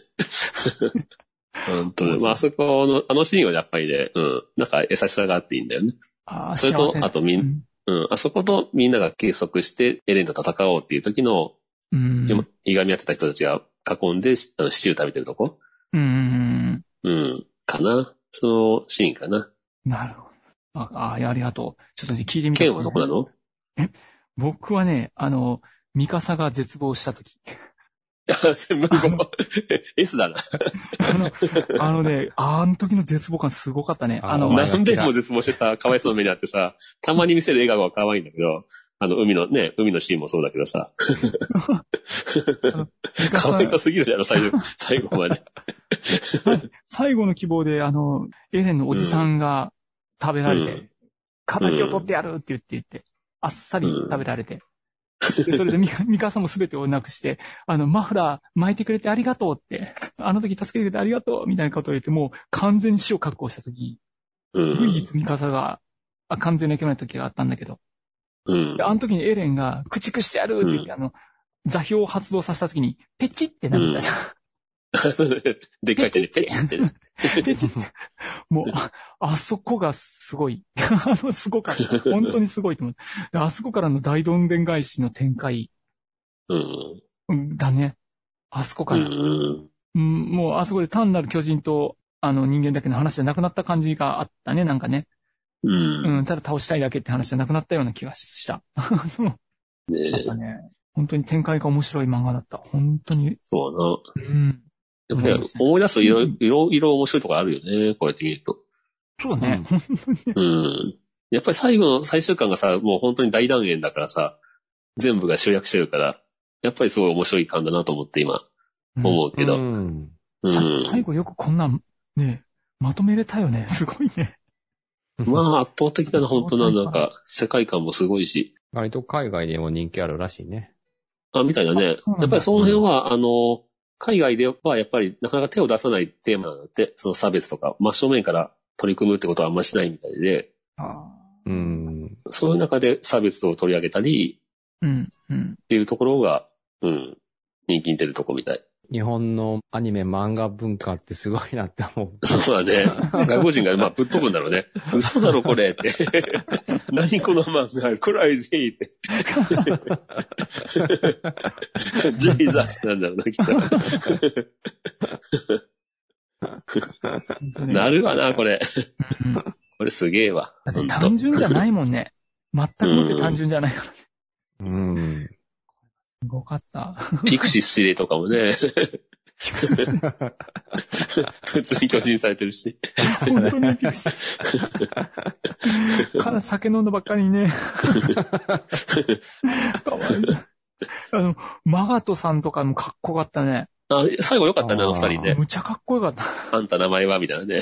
本当ね。まあ、あそこの、あのシーンはやっぱりね、うん、なんか優しさがあっていいんだよね。
ああ、
それと
幸せ
あとみん
うん
うん、あそことみんなが計測してエレンと戦おうっていう時の、
うん。うん
いがみ合ってた人たちが囲んで、しあのシチュー食べてるとこ
うんうん。
うん、かな。そのシーンかな。
なるほど。ああ、ありがとう。ちょっと聞いてみた
剣はどこなの
僕はね、あの、ミカサが絶望したとき。
いや、全部
あの
S だな。
あの、あのね、あの時の絶望感すごかったね。あ
お
の、
前が
何遍も絶望してさ、かわいそうな目にあってさ、たまに見せる笑顔は可愛いんだけど、あの、海のね、海のシーンもそうだけどさ、
ミカ
可愛
サ
さ、すぎるやろ、 最後、最後まで。
最後の希望で、あの、エレンのおじさんが食べられて、
うん
仇を取ってやるって言って言って、あっさり食べられて。で、それでミカ、ミカさんも全てをなくして、あの、マフラー巻いてくれてありがとうって、あの時助けてくれてありがとうみたいなことを言って、もう完全に死を覚悟した時、
う
唯
ん。
一ミカサが、あ完全にいけない時があったんだけど、
うん
で、。あの時にエレンが、駆逐してやるって言って、あの、座標を発動させた時に、ペチってなったじゃ ん。
でっかい手でペチってね。
ペチって。もう、あ、あそこがすごい。 あの、すごかった。本当にすごいと思う。であそこからの大どんでん返しの展開
うん。
うんだね。あそこ
う
から。うん
ん。
もう、あそこで単なる巨人と、あの、人間だけの話じゃなくなった感じがあったね、なんかね。
うん。
うん、ただ倒したいだけって話じゃなくなったような気がした。 そう
ね
だ
え
ったね。本当に展開が面白い漫画だった。本当に。
そうな。
うん。
やっぱり思い出すといろいろ、いろ面白いところあるよね。こうやって見ると。
そうだね。
うん。やっぱり最後の最終巻がさ、もう本当に大断言だからさ、全部が集約してるから、やっぱりすごい面白い感だなと思って今、思うけど。
うん。
うん。
さ最後よくこんなん、ね、まとめれたよね。 すごいね。
まあ圧倒的だな、本当な、なんか、世界観もすごいし。
割と海外でも人気あるらしいね。
あ、みたいなね
あそうなん。だ
やっぱりその辺は、あの、海外ではやっぱりなかなか手を出さないテーマなんだって、その差別とか、真正面から取り組むってことはあんましないみたいで、
あ
うん。
そういう中で差別を取り上げたり
うん、うん。
っていうところが、うん、人気に出るとこみたい。
日本のアニメ漫画文化ってすごいなって思う。
そうだね。外国人が、まあ、ぶっ飛ぶんだろうね。嘘だろ、これって。 何この漫画、これはぜひ って。ジーザスなんだろうな、きっ
本当
と。
ね
なるわな、これ。
うんだ
これすげえわ。
って単純じゃないも んね。全くもって単純じゃないから。す
うん。
ごかった。
ピクシス指令とかも ね、普通に巨人されてるし。
本当にびっくり した。から酒飲んだばっかりに ね。かわいそうあの、マガトさんとかもかっこよかったね。
あ、最後よかったね、あの二人ね。
むちゃかっこ よかった。
あんた名前はみたいなね。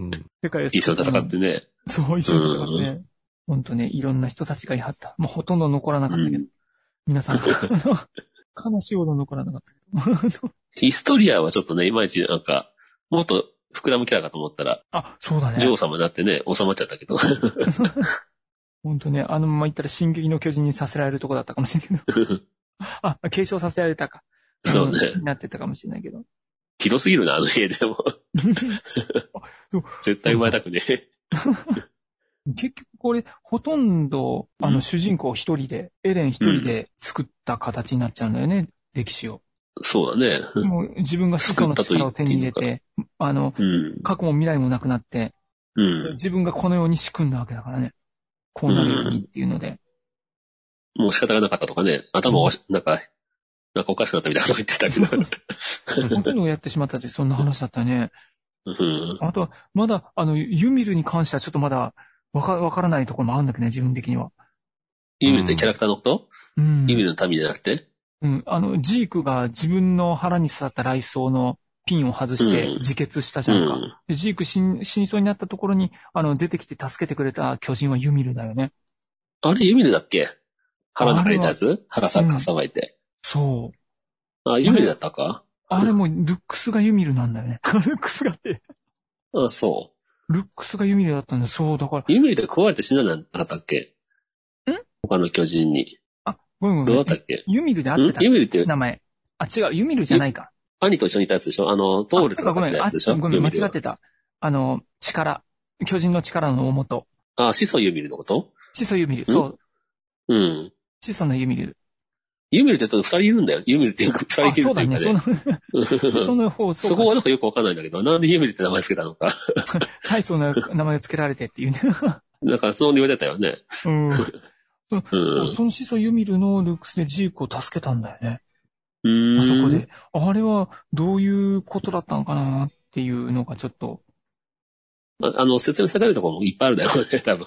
うん
世界
一緒に戦ってね。
そう、一緒に戦ってね。本当ね、いろんな人たちがいはった。もうほとんど残らなかったけど。
うん
皆 さん、あの悲しいほど残らなかったけど。
ヒストリアはちょっとね、いまいちなんか、もっと膨らむキャラかと思ったら、
あ、そうだね。
女王様になってね、収まっちゃったけど。
本当ね、あのまま言ったら進撃の巨人にさせられるとこだったかもしれないけ ど。あ、継承させられたか。
そうね
んなってたかもしれないけど。
ひどすぎるな、あの家でも。絶対生まれたくねえ。
結局これ、ほとんど、あ
う
の、
ん
主人公一人で、エレン一人で作った形になっちゃうんだよね、歴史を。
そうだね。
もう自分が始祖の力を手に入れ
作
て、あの、
うん。
過去も未来もなくなって、
うん。
自分がこのように仕組んだわけだからね。こうなるようにっていうので。
もう仕方がなかったとかね、頭をわし、なんか、なんかおかしくなったみたいなこと言ってたけど。
ほとんどやってしまったってそんな話だったね。
うん。
あとは、まだ、あの、ユミルに関してはちょっとまだ、わか、わからないところもあるんだけどね、自分的には。
ユミルってキャラクターのこと、
うん。
ユミルの民じゃなくて
うん。あの、ジークが自分の腹に刺さった雷槍のピンを外して
うん
自決したじ
う
ゃんか。
ん。
で、ジーク死ん死にそうになったところに、あの、出てきて助けてくれた巨人はユミルだよね。
あれユミルだっけ腹の中に入れたやつ腹さ、
うん
挟まれて。
そう。
あ、ユミルだったか
あれも、ルックスがユミルなんだよね。ルックスがって。
あ、そ
ルックスがユミルだったんだ。そう、だから、
ユミリって壊れて死ななかったっけ
ん
他の巨人に。
ごめんご
どう
め
だ
ん
っ。たっけ
ユミルで合って
んユミリって
た。名前。あ、違う、ユミルじゃないか。
兄と一緒にいたやつでしょあの、トールと
あ
か
ご
だっ
め
た
ん、
や
あ
つでしょ
ごめん、間
ユミ
違
ルは
ってた。あの、力。巨人の力の大元。
あ、始祖ユミルのこと
始祖ユミル。そ
う
う。
ん。
始祖のユミル。
ユミルってちょっと二人いるんだよ。ユミルっていうか、二
あ、
人いる
そう
って
だ
いう
ね。
か
そう
ね。
な 始祖の方、
そこ
う
はな
か
んかよくわかんないんだけど、なんでユミルって名前つけたのか。
大層な名前を付けられてっていう ね。
なんか、その言われてたよね。
うん。
うん。
その始祖ユミルのルックスでジークを助けたんだよね。
うーん
あそこで。。あれはどういうことだったのかなっていうのがちょっと。
ああの、説明されてるところもいっぱいあるだろうね、 多分。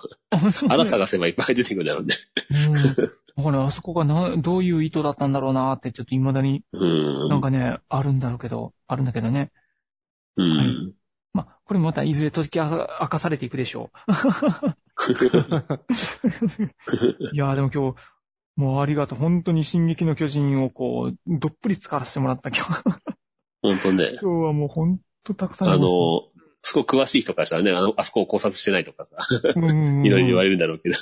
あら
が。
探せばいっぱい出てくるだろうね。
うん。だからあそこがな、どういう意図だったんだろうなってちょっと未だに
うん。
なんかね、あるんだろうけど、あるんだけどね。
うん。
まあ、これもまたいずれ解き明か明かされていくでしょう。いやーでも今日、もうありがとう。本当に進撃の巨人をこう、どっぷり使わせてもらった今 日。
本当ね。
今日はもう本当たくさん
あ
りました
の、すごい詳しい人からしたらね、あの、あそこを考察してないとかさ、
うんうんうん
いろいろ言われるんだろうけど、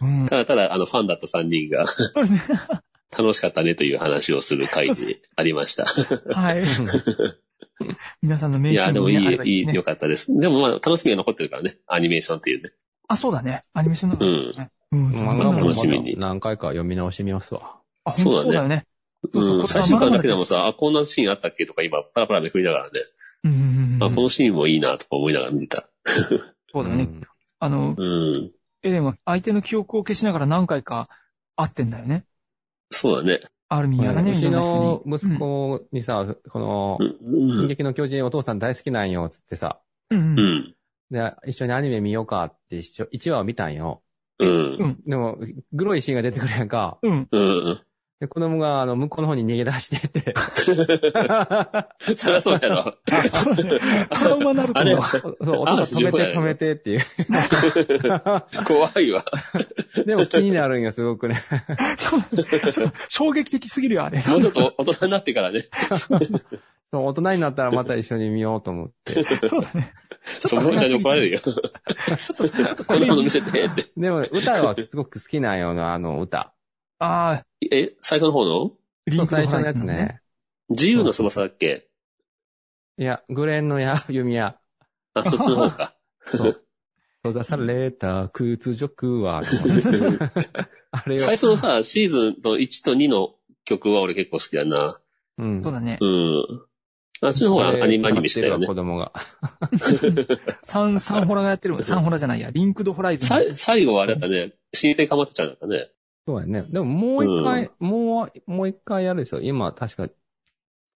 うん
ただただ、あの、ファンだった3人が
そうですね。
楽しかったねという話をする回にありました。
はい。皆さんの名
い
刺
や、でもい
ね
い
あれば、
いい、
ですね
良かったです。でもまあ、楽しみが残ってるからね、アニメーションっていうね。
あ、そうだね。アニメーションの方だね。うん。
漫
画
画
も
も
楽しみに
何回か読み直してみますわ。
あ、本当そうだよね。そうそう
うん、
これ
最
は
終
まだ
回
ま
だ
だ
けでもさ、あ、こんなシーンあったっけとか今、パラパラめくりながらね、
うんうんうんう
あ、
ん
このシーンもいいなとか思いながら見てた。
そうだね。
ん
あの、
うん。
エレンは相手の記憶を消しながら何回か会ってんだよね。
そうだね。
アルミンやらね、
う
い
ち
ろんな
の
人に。
息子にさ、この
う、
進
ん。
撃の巨人お父さん大好きなんよ、つってさ。
うん。
う
うん
ん。
で、一緒にアニメ見ようかって一緒、一話を見たんよ。
うん。
でも、グロいシーンが出てくるやんか。
うん。
うん。
で、子供が、あの、向こうの方に逃げ出してって。
そりゃそうやろ。
そうだねトラウマになると
あれ
思う。
そう、お父さん止めて、止めてっていう。
怖いわ。
でも気になるんよ、すごくね。
そうちょっと衝撃的すぎ るよ、あれ。
もうちょっと大人になってからね、
そう大人になったらまた一緒に見ようと思って。
そうだね。
そこちゃんに怒られるよ。
ちょっと、ちょっと
こん
これ
なもの見せてって。
でも、歌はすごく好きなんよな、あの歌。
ああ、
え、最初の方の
リンク
最
の
初のや
話
つね。。
自由の翼だっけ
いや、グレンの矢、弓矢。
あ、そっちの方か。
閉ざされた屈辱 は、あれを。
最初のさ、シーズンの1と2の曲は俺結構好きだな。
うん
そうだね
う。ん。あっちの方はアニメアニメしたよね
子。供が。
サン、サンホラがやってるもん。サンホラじゃないや。リンクドホライズン。
さ最後はあれだったね、新生かまってちゃんだったね。
そうやね。でももう一回、もう、もう一回やるでしょ。今、確か、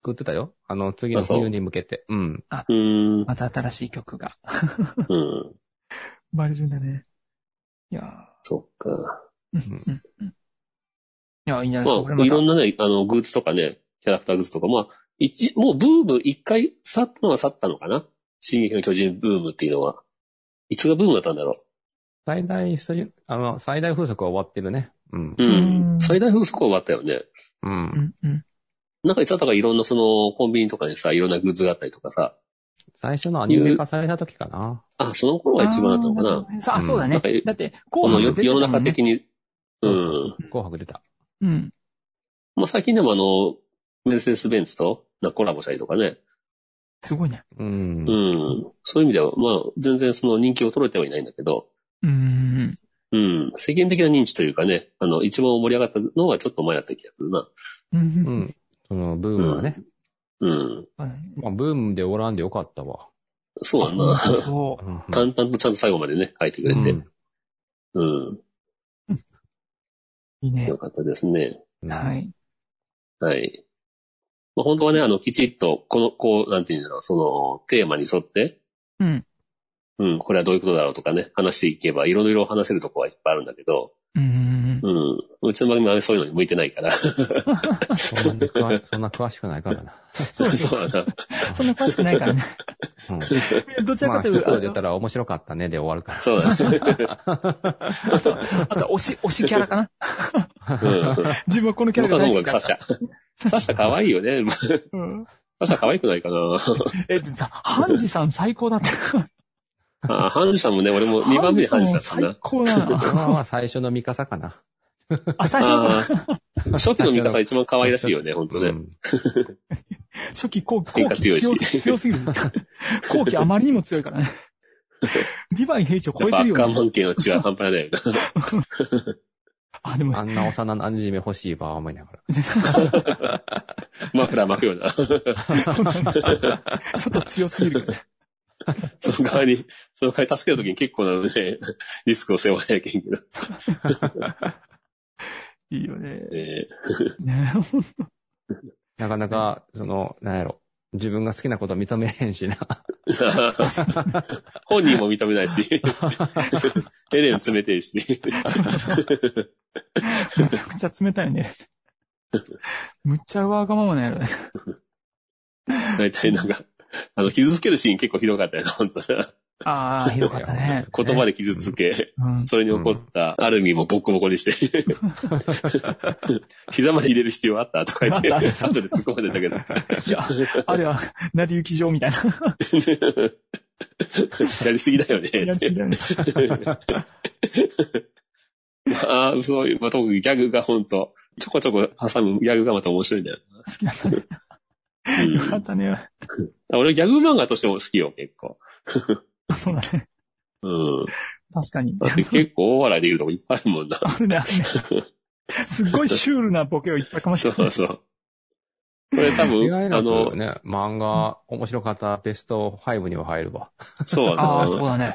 作ってたよ。あの、次の冬に向けて。うん。
うーん。
また新しい曲が。
うん。
バリジュンだね。いや
そっか。
ーうんうんうん。いや、いいんじゃないですか。これ
まあ、いろん
ま
なね、あの、グッズとかね、キャラクターグッズとか、まあ、一、もうブーム一回去ったのは去ったのかな進撃の巨人ブームっていうのは。いつがブームだったんだろ
最大、あの、最大風速は終わってるね。うん。
う。うん。
うん
最大風速は終わったよね。
う
た。
ん。
うんうん。
なんかいつだったかいろんなその、コンビニとかにさ、いろんなグッズがあったりとかさ。
最初のアニメ化された時かな。
あ、その頃は一番だったのか
あ
な
ー。るほどねさあ、
うん
そうだ
な
ね
んか。
だって、
こ
後
の
半が
世
出て
世の
たも
中
んね。
的に。う
そうそ
ん。
紅白出た。
うん。
まあ最近でもあの、メルセデス・ベンツとなんかコラボしたりとかね。
すごいね。
うん
う。ん。そういう意味では、まあ全然その人気を取れてはいないんだけど。
うんうんうん。
うん。世間的な認知というかね、あの、一番盛り上がったのがちょっと前だった気がするな。
う
うんん。その、ブームはね。
うん。
まあ、ブームでおらんでよかったわ。
そうだ
う
な。
ん。そう。
うん
淡々とちゃんと最後までね、書いてくれて。
うん
うん。
いいね
よ。かったですね。
はい。
はい。まあ、本当はね、あの、きちっと、この、こう、なんていうんだろう、その、テーマに沿って、
うん。
うん、これはどういうことだろうとかね、話していけば、いろいろ話せるとこはいっぱいあるんだけど、
うんうん
う。ん。うちの番組はそういうのに向いてないから。
そんな詳 そんな詳しくないからな。
そうそうだな。
そんな詳しくない からね。
うん
どちら
ま
か
あ、
とい
一
うと、
言出たら面白かったねで終わるから。
そうだね。
あと、あと、推し、推しキャラか な
うん。
自分はこのキャラ
僕
が
はとも
大好
かく
きだ
サ
った。
シャ。サシャ可愛いよね。
うん
サシャ可愛くないかな。
え、でさ、ハンジさん最高だった。
あーハンジさんもね、俺も2番目にハンジさんだったな。
最高だ な。
まあまあ最初のミカサかな。
あ、最初、
あー初期のミカさん一番可愛らしい よね、本当
う
ね。
ん
初期後期、
喧
後
嘩
期強
強いし
す 強すぎる。後期あまりにも強いからね。リヴァイ兵長
や
超
っ
え
ぱ
て
ア
る
ッカーマ
よ、ね。
ン系の血は半端ないよな。
あ、でも、
あんな幼なじみ欲しいわ、思いながら。
マフラー巻くような。
ちょっと強すぎるよね。
その代わり、その代わり助けた時に結構なね、リスクを背負わなきゃいけんけど。
いいよね。
え
ねほんと
なかなか、その、なんやろ。自分が好きなこと認めへんしな。
ー本人も認めない し、エレン冷てえし。
そうそうそうむちゃくちゃ冷たいね。むっちゃわがままなんやろね。
大体なんか、あの、傷つけるシーン結構ひどかったよな、本当な
ああ、ひどかったね。
言葉で傷つけ、
うん。
それに怒ったアルミもボコボコに して、膝まで入れる必要あったとか言って、
あっ
後
た
で
あった
突っ込まれた けど。
いや、あれは、なりゆき場みたいな。
やりすぎだよね
や
っ
つ
て。
だよね。
ああ、そう いう、まあ、特にギャグが本当ちょこちょこ挟むギャグがまた面白いんだよ。
好きだったね。
うん
よ かったね。
俺ギャグ漫画としても好きよ、結構。
そうだね。
うん。
確かに。
だって結構大笑いできるとこいっぱいあるも んな。
あるね、あるね。すっごいシュールなボケをいっぱいかまして
そ
たね
うそう。これ多
違い
分、
な
あ
く
の、
ね、漫画、面白かったベスト5には入るわ。
そう
あ
あ
あ、
の
そうだね。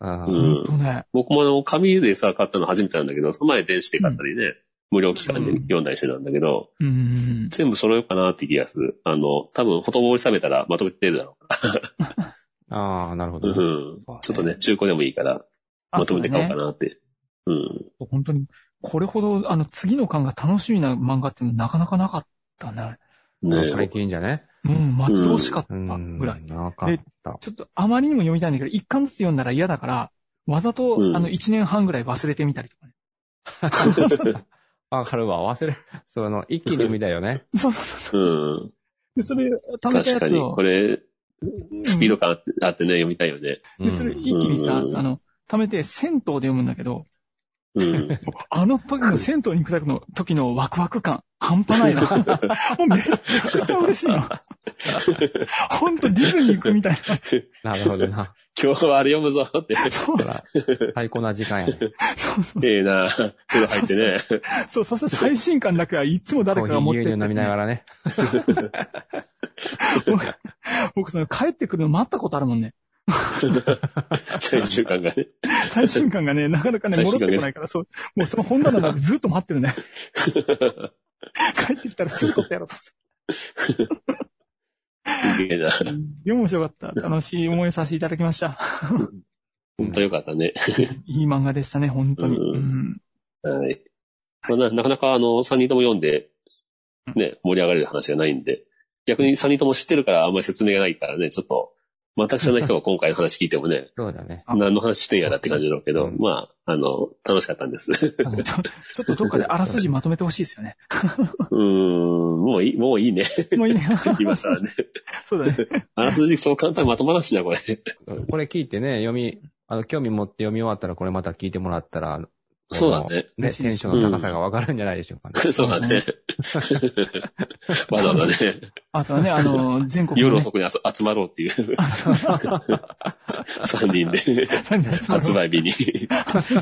あ
うん
ー
ほんとね。
僕もあの、紙でさ、買ったの初めてなんだけど、その前電子で買ったりね、無料期間で
うん
読んだりしてたんだけど、
うんうんうん。
全部揃えようかなって気がする。あの、多分、ほとぼり冷めたらまとめて出るだろ
あー、なるほ
う。
ど
う
ね。
ん。
そうだね
ちょっとね、中古でもいいから、
あ
まとめて買おうか
そ
なって。うん。
だね本当に、これほど、あの、次の巻が楽しみな漫画っていうのなかなかなかったね。
ねえ
最近じゃね。
うん、待ち遠しかった
うん。
ぐらい。
なかった。
ちょっと、あまりにも読みたいんだけど、一巻ずつ読んだら嫌だから、わざと、
うん
あの、一年半ぐらい忘れてみたりとかね。
わかるわ。忘れ、その、一気に読みだよね。
そうそうそうそう。
うん。
で、それ、貯めた
確
や
か
つ
に、
を
こ、れ、スピード感あってあってね、読みたいよね。
で、それ
うん
一気にさ
う、ん
あの、貯めて、銭湯で読むんだけど、
うん。
あの時の銭湯に行くだけの時のワクワク感、半端 ないな。もうめちゃくちゃ嬉しいな。ほんとディズニー行くみたいな。
なるほどな。
今日はあれ読むぞって。
そう
そら最高な時間やね。
そうそう。
ええな風呂入ってね。
そう、そして最新刊だけはいつも誰
コー
かが
ヒ
持って
ー牛乳飲みながらね。、
僕、その帰ってくるの待ったことあるもんね。
最終巻がね。
最新刊がね、なかなかね、
最
戻っ
新
て
刊
こ
ね
ないから、そう、もうその本棚なんかずっと待ってるね。帰ってきたらすぐ取ってやろうと
すげえな。
思って。でも面白かった。楽しい思いをさせていただきました。
本当よかったね。
いい漫画でしたね、本当に。
うん
うん
はい。まあ、ななかなか、あの、三人とも読んで、ね、盛り上がれる話がないんで、逆に三人とも知ってるから、あんまり説明がないからね、ちょっと、全く知らない人が今回の話聞いてもね
そうだね。
あ
何の話してんやらって感じだろうけど、
うん
まあ、あの、楽しかったんです。う
ちょちょっとどっかであらすじまとめてほしいですよね。
ーん、もういい、もういいね。
もういいね。
今更ね。
そうだね。
あらすじそう簡単にまとまらんしな、これ。
これ聞いてね、読み、あの、興味持って読み終わったら、これまた聞いてもらったら、
そうだね。
ね、
嬉しい
テ
で
ン
す
ションの高さがわかるんじゃないでしょうかね。
そうだね。 わざわざね、
あとはね、あの、全国
夜
のね、
遅くにあそ集まろうって いう、三人で、
三人で集まろう
発売日に。
今日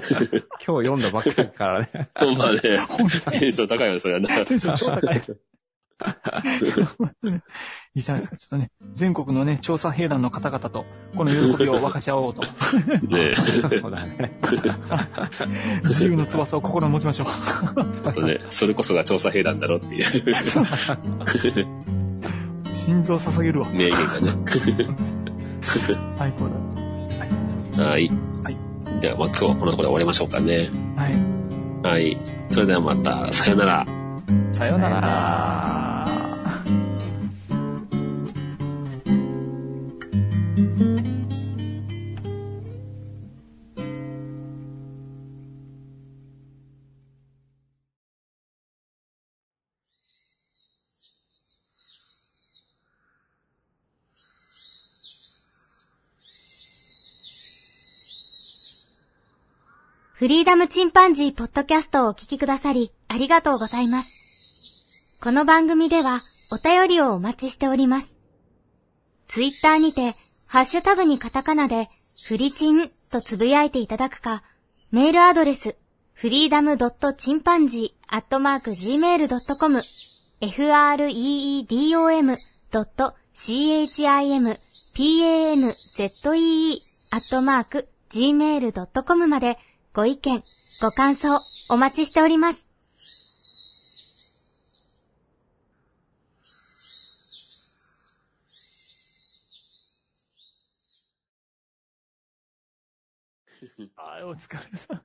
読んだばっかりからね。
まあね、
本当に
テンション高いよね、それ はな。
テンション超高 い。いいじゃないですか。ちょっとね、全国のね、調査兵団の方々と、この喜びを分かち合 おうと。
ね
そうだね。
自由の翼を心に持ちましょう。
あとね、それこそが調査兵団だろっていう
心臓捧げるわ。
名言がね。
最高だ。
はい。
はい
では、まあ、今日はこのところで終わりましょうかね。
はい。
はい。それではまた、さよなら。
さようなら。
フリーダムチンパンジーポッドキャストをお聞きくださり、ありがとうございます。この番組では、お便りをお待ちしております。ツイッターにて、ハッシュタグにカタカナで、フリチンとつぶやいていただくか、メールアドレス、フリーダムドットチンパンジーアットマーク Gmail.com、freedom.chimpanzee アットマーク Gmail.com まで、ご意見、ご感想、お待ちしております。
あーお疲れ様。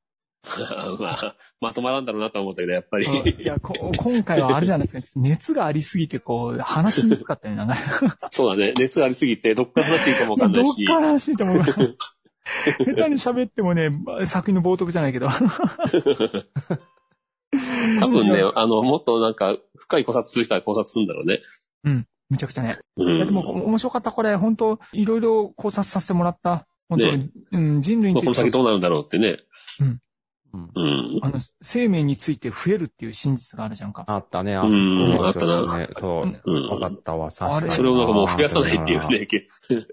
まあ、まとまらんだろうなと思ったけど、やっぱり。
いや、こ今回はあれじゃないですか。ちょっと熱がありすぎて、こう、話しにくかったよね、なん か。
そうだね。熱がありすぎて、どっから話していいかもわかんない
どっ
し。
から話していいと思うから。 下手に喋ってもね、ま作品の冒涜じゃ ないけど。
多分 ね、あの、もっとなんか、深い考察する人は考察するんだろうね。
めちゃくちゃね。
う
いや
ん。
でも、面白かった、これ。本当いろいろ考察させてもらった。本当に、うん、人類に
まあ
つ
この先
いて
どう
は、
なるんだろうってね。
うん
うん。
あの、生命について増えるっていう真実があるじゃんか。
あったね、あ
う
そこ
ん
はちょとねそうう。
うん
わかったわ、確
あれ
それをなんかもう増やさないっていう。ね。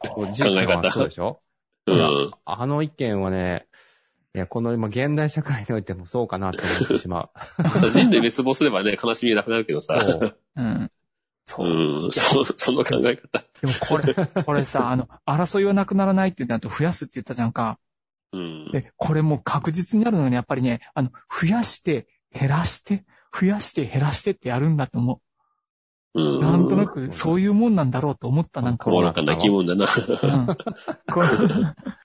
こう事件はそうでしょ
う
うん
ん。
あの意見はね、いや、この今現代社会においてもそうかなって思って しまう。
さ人類滅亡すればね、悲しみなくなるけどさ。
そう
うん。そうう。
ん。そ、その考え方。
でもこれ、 これさ、あの、争いはなくならないってなると増やすって言ったじゃんか。
うん。
で、これもう確実にあるのに、やっぱりね、あの、増やして、減らして、増やして、減らしてってやるんだと思
うん。
う。なんとなく、そういうもんなんだろうと思った、なんか。
おおらかな生き物だな。
うんこう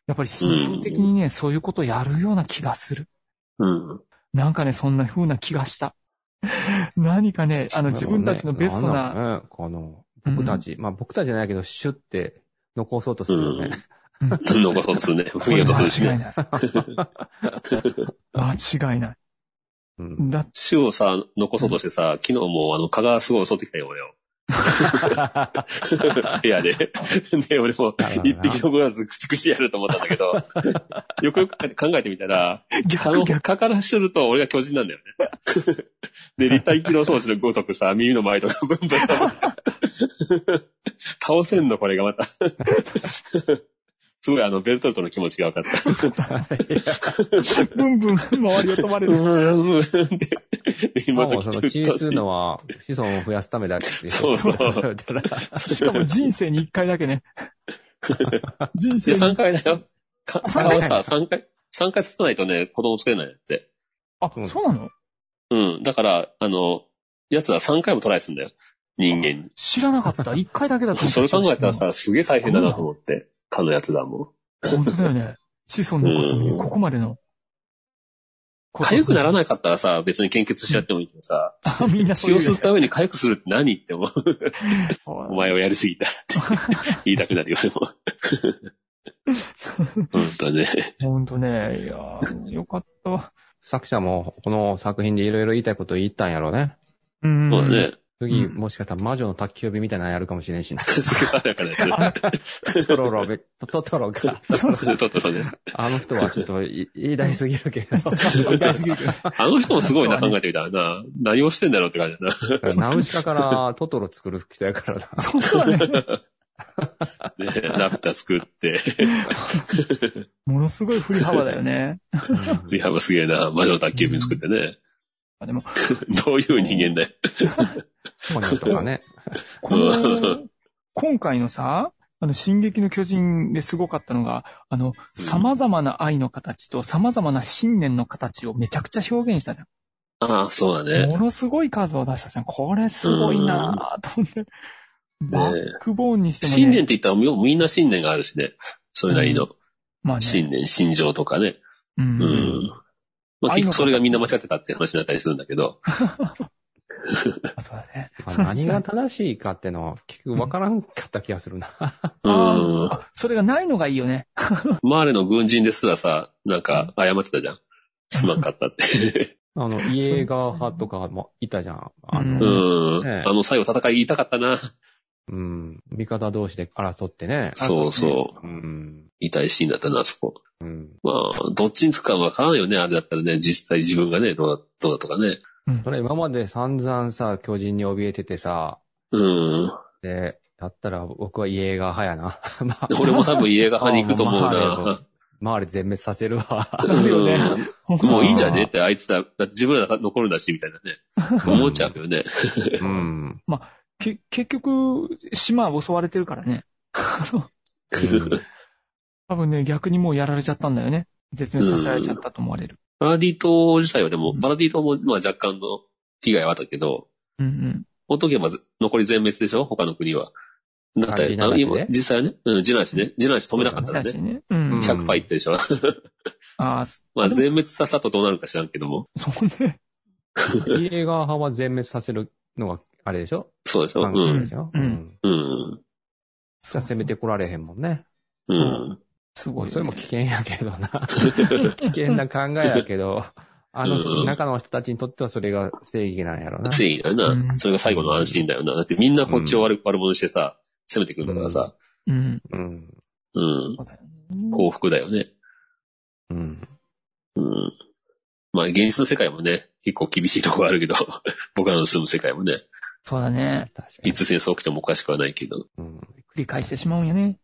やっぱり自然的にね、そういうことをやるような気がする。
うん。
なんかね、そんな風な気がした。 何かね、あの、自分たちのベスト
ん
な、
だろうねこの、僕たち、まあ僕たちじゃないけど、シュって残そうとするよね。
残そうとす るね。不義とするし
間違い
ね。
ない。間違 いない。
うん。
だ
種をさ、残そうとしてさ、昨日もうあの、蚊がすごい襲ってきたよ、俺を。 部屋で。で、俺も一匹残らず駆逐してやると思ったんだけど、よくよく考えてみたら、蚊
逆
の
逆。
蚊からすると俺が巨人なんだよね。で、立体機能装置のごとくさ、耳の前とかブンブンブン倒せんの、これがまた。すごいあの、ベルトルトの気持ちが分かった。
ブンブン周りを飛ばれ
う
る。
ん、うん、で、今
も
と
うその
き
小さいのは子孫を増やすためだけで
そうそう
だから
しかも人生に一回だけ ね。人
い
生
や、
に
3回だよ。か、
あ
蚊
三
を
回
さ、3回、三回刺さないとね、子供作れないんだって。
あ、そうなの
うん。だから、あの、奴は3回もトライするんだよ。人間
知らなかった。一回だけだと
に。それ考えたら、さ、すげえ大変だなと思って。蚊のやつだも
本当だよね。子孫残すの
う
に、
ん
ここまでの。
ん。痒くなら
い。
なかったらさ、別に献血しちゃってもいいけどさ、
あみんなそ
血
うい
を
う
吸うために痒くするって何って思う。お前はやりすぎたっ て言いたくなるよ、俺も。 本当ね。
ほんとね、いやーよかったわ。
作者もこの作品でいろいろ言いたいこと言ったんやろうね。
うん
そうだね。
次、
うん
もしかしたら魔女の宅急便みたいなのやるかもしれんしな。
すげえ爽やかなやつね。
トロロべ、トトロが。
トトロね。
あの人はちょっとい言い出しすぎるけど。
大すぎるけど。
あの人もすごいな、考えてみたらな。何をしてんだろうって感じだな。
ナウシカからトトロ作る人やからな。
そうだね。
ね、 ラピュタ作って、
ものすごい振り幅だよね。
リハもすげえな、魔女の宅急便作ってね。
あでも、
どういう人間だよ。
コニョとかね。
この、今回のさ、あの、進撃の巨人ですごかったのが、あの、様々な愛の形と様々な信念の形をめちゃくちゃ表現したじゃん。
ああ、そうだね。
ものすごい数を出したじゃん。これすごいなぁと思って。バックボーンにしても、ね、
信念って言ったらみみんな信念があるしね。それなりの
まあね。
信念、信条とかね。
う。
うんん。まあ
愛
結
の
局それがみんな間違ってたっていう話になったりするんだけど。
あそうだね。
まあ何が正しいかってのは結局わからんかった気がするな。
う
あ
ん。
あ、それがないのがいいよね。
マーレの軍人ですらさ、なんか謝ってたじゃん。すまんかった って。
あの、イエーガー派とかもいたじゃん。あ
う
の、
ん。
ねえ
あの最後戦い言いたかったな。
うん、味方同士で争ってね。
そうそう。
うん。
痛いシーンだったな、そこ。
うん。
まあ、どっちにつくかわからんよね、あれだったらね、実際自分がね、どうだ、どうだとかね。
うん
それ今まで散々さ、巨人に怯えててさ、
うん。
で、やったら僕は家が派やな。まあ、
俺も多分家が派に行くと思う
あー まあまあ
な。
周り全滅させるわ。
そうよね
うんもういいんじゃねって、あいつだ、だって自分らが残るんだし、みたいなね。思っちゃうよね。
うん。
け結局、島は襲われてるからね。あの
うん
多分ね、逆にもうやられちゃったんだよね。絶滅させられちゃったと思われる。
パラディ島自体はでも、パラディ島も、まあ若干の被害はあったけど、
うんうん。
ほっとけば残り全滅でしょ他の国は。だった
あ地
ら、
な
あの
らし
今
ね、
実際はね、うん、地ならしね、地ならし止めなかったら
だし
ね、
ね。う。
うんん
100パーいったでしょ。
ああ、そ
まあ全滅させたとどうなるか知らんけども。
そうね。
家が派は全滅させるのが、あれでしょ
そうでしょう
韓国
ん
で。しょ
うん
うん。
うん。
じゃあ攻めてこられへんもんね。
う
そ
ん。
すごいよね。
それも危険やけど な。危険な考えやけど、あ
う
の
ん
中の人たちにとってはそれが正義なんやろな。
正義だよな、
うん
それが最後の安心だよな。だってみんなこっちを悪,、悪者にしてさ、攻めてくるんだからさ、
うん。
うん。
うん、
そうだよね
幸福だよね。
うん。
うん。まあ現実の世界もね、結構厳しいところあるけど、 僕らの住む世界もね、
そうだね。
確かに。
いつ戦争起きてもおかしくはないけど。
うん。
繰り返してしまうんやね。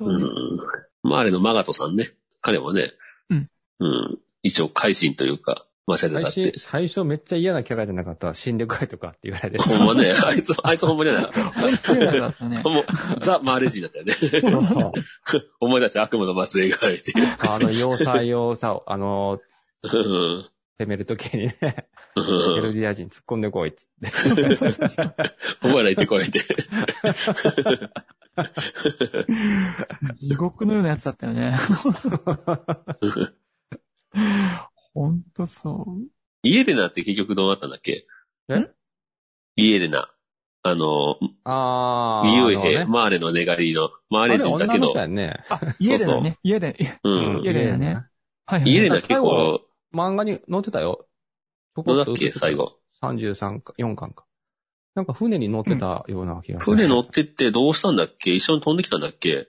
うん。まああれのマガトさんね、彼もね、
うん。
うん。一応改心というか、まあ社
最
だって
初、。最初めっちゃ嫌なキャラじゃなかった。死んでこいとかって言われて。
ほんまね、あいつ、あいつほんまにやな。
本当に嫌だったね。
もう、ザ・マーレジンだったよね。
そう
お前たち悪魔の末裔がいて。
あの、要塞をさ、あの、
うん
攻めるときにね、エ
うん
ルディア人突っ込んでこいっつって。
お前ら行ってこいって。
地獄のようなやつだったよね。ほんとそう。
イエレナって結局どうなったんだっけ
え
イエレナ。あの、
あー。
義勇
あ
兵、
のね
マーレの願いの、マ
あ
ー
れ
レ人だけ
女の
ど
人、やんね。
あ、家でね。家で。
うん
イエレナね。はいはい。
イエレナ結
最後
構、
漫画に載ってたよ。ど
どうだっけ最。後。
33か、4巻か。なんか船に乗ってたような気がする。
船乗ってってどうしたんだっけ一緒に飛んできたんだっけ
い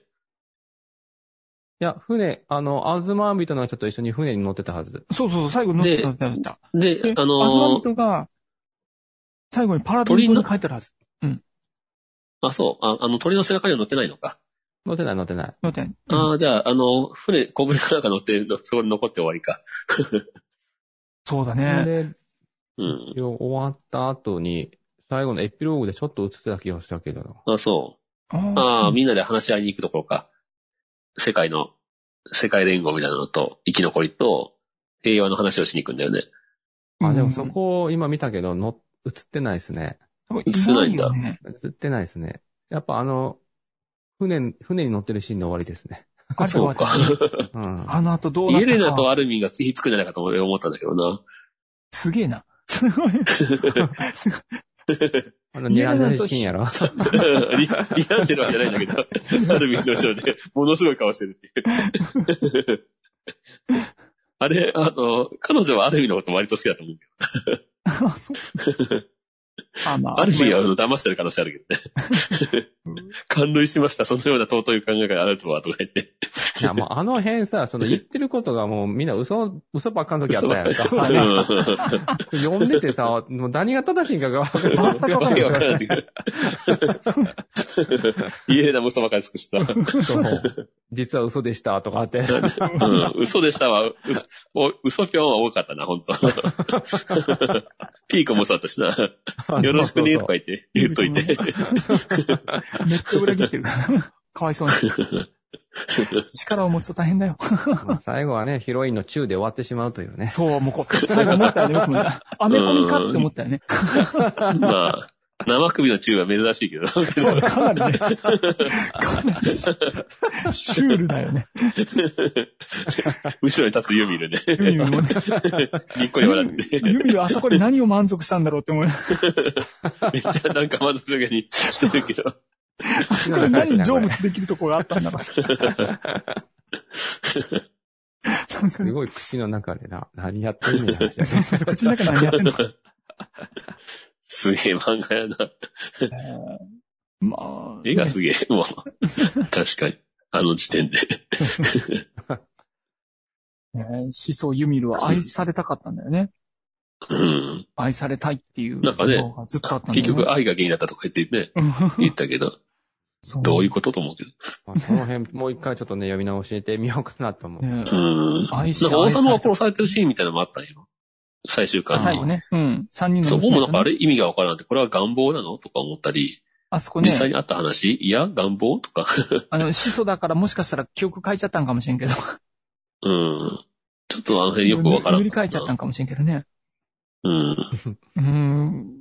や、船、あの、アズマービトの人と一緒に船に乗ってたはず。
そうそうそう、最後乗ってた乗ってた乗ってた。
で
で、、
あ
アズマ
の
ビトが、最後にパラドリンゴに書いてあるはず。
あ、そう、ああの、鳥の背中には乗ってないのか。
乗ってない乗ってない。
乗ってない。
あ
うん
あ、じゃあ、あの、船、小舟かなんか乗って、そこに残って終わりか。
そうだ
そ
ね。
れで、
うん。
終わった後に、最後のエピローグでちょっと映ってた気がしたけどな。
あそう。
あ
ああ、
そう
みんなで話し合いに行くところか。世界の、世界連合みたいなのと、生き残りと、平和の話をしに行くんだよね。
あ、でもそこ今見たけど、の、映ってないですね。
うん
映せないんだ
いね
映ってないですね。やっぱあの、船、船に乗ってるシーンの終わりですね。
あれ
そう
は
か。
うん。
あの後ど う
イ
なっ
エレナ
た
と
か。
アルミンが火つくんじゃないかと俺思ったんだけどな。
すげ えな。すごい。すごい
あの、睨んでるシーンや ろ。
リリアンテルはじゃないんだけど、アルミンの後ろで、ものすごい顔してるって いう。あれ、あの、彼女はアルミンのこと割と好きだと思うけ
あ、そう。あ、ま
ど、アルミンはあの騙してる可能性あるけどね。感涙しました。そのような尊い考えがあるとは、とか言って。
いや、もうあの辺さ、その言ってることがもうみんな嘘、嘘ばっかの時あったやんか。
うん
読んでてさ、もう何が正しいんかがわから
全くわかん
わ
な
け
い
わからんっていう。家でも嘘ばかりつくした。
んそう実は嘘でしたとかって。
うん、嘘でしたわ。うお嘘ぴょんは多かったな、本 当ピーコもそうだったしな。よろしくね、とか言って、言っとい て。
めっちゃ裏切ってるから。かわいそうに。 力を持つと大変だよ。
まあ最後はね、ヒロインの中で終わってしまうというね。
そう、もうこう、最後思ったよね、僕も。アメコミかって思ったよね。
まあ、生首の宙は珍しいけど。
そうか なりね。かなりシュールだよね。
後ろに立つユミルね。
ユミもね、
にっこり笑って。
ユミはあそこで何を満足したんだろうって思う。
めっちゃなんか満足げにしてるけ ど。
あそこで何成仏できるとこがあったん だろう。なんか
すごい口の中でな、何やってるみたいな話だね
そうそうそう、口の中何やってんのか。
すげえ漫画やな。
まあ。
絵がすげえ、もう。確かに。あの時点で。
ね思想ユミルは愛されたかったんだよね。
うん。
愛されたいっていう。
なんかね
がずっとあったんだよね。
結局愛が原因だったとか言ってね、言ったけど、
そう
どういうことと思うけど。
まあその辺、もう一回ちょっとね、読み直してみようかなと思う。
ね
うん。
愛し
なんか王様
愛され
が
た
殺されてるシーンみたいなのもあったんよ。最終回
最後ね。うん。三人の
そこもなんかあ
れ
れ意味がわからなくて、これは願望なのとか思ったり、
あそこ
実
ね、
際にあった話いや、願望とか。
あの、始祖だからもしかしたら記憶変えちゃったんかもしれんけど。
うん。ちょっとあの辺よくわからん。
塗り替えちゃったんかもしれんけどね。
うん。
うーん。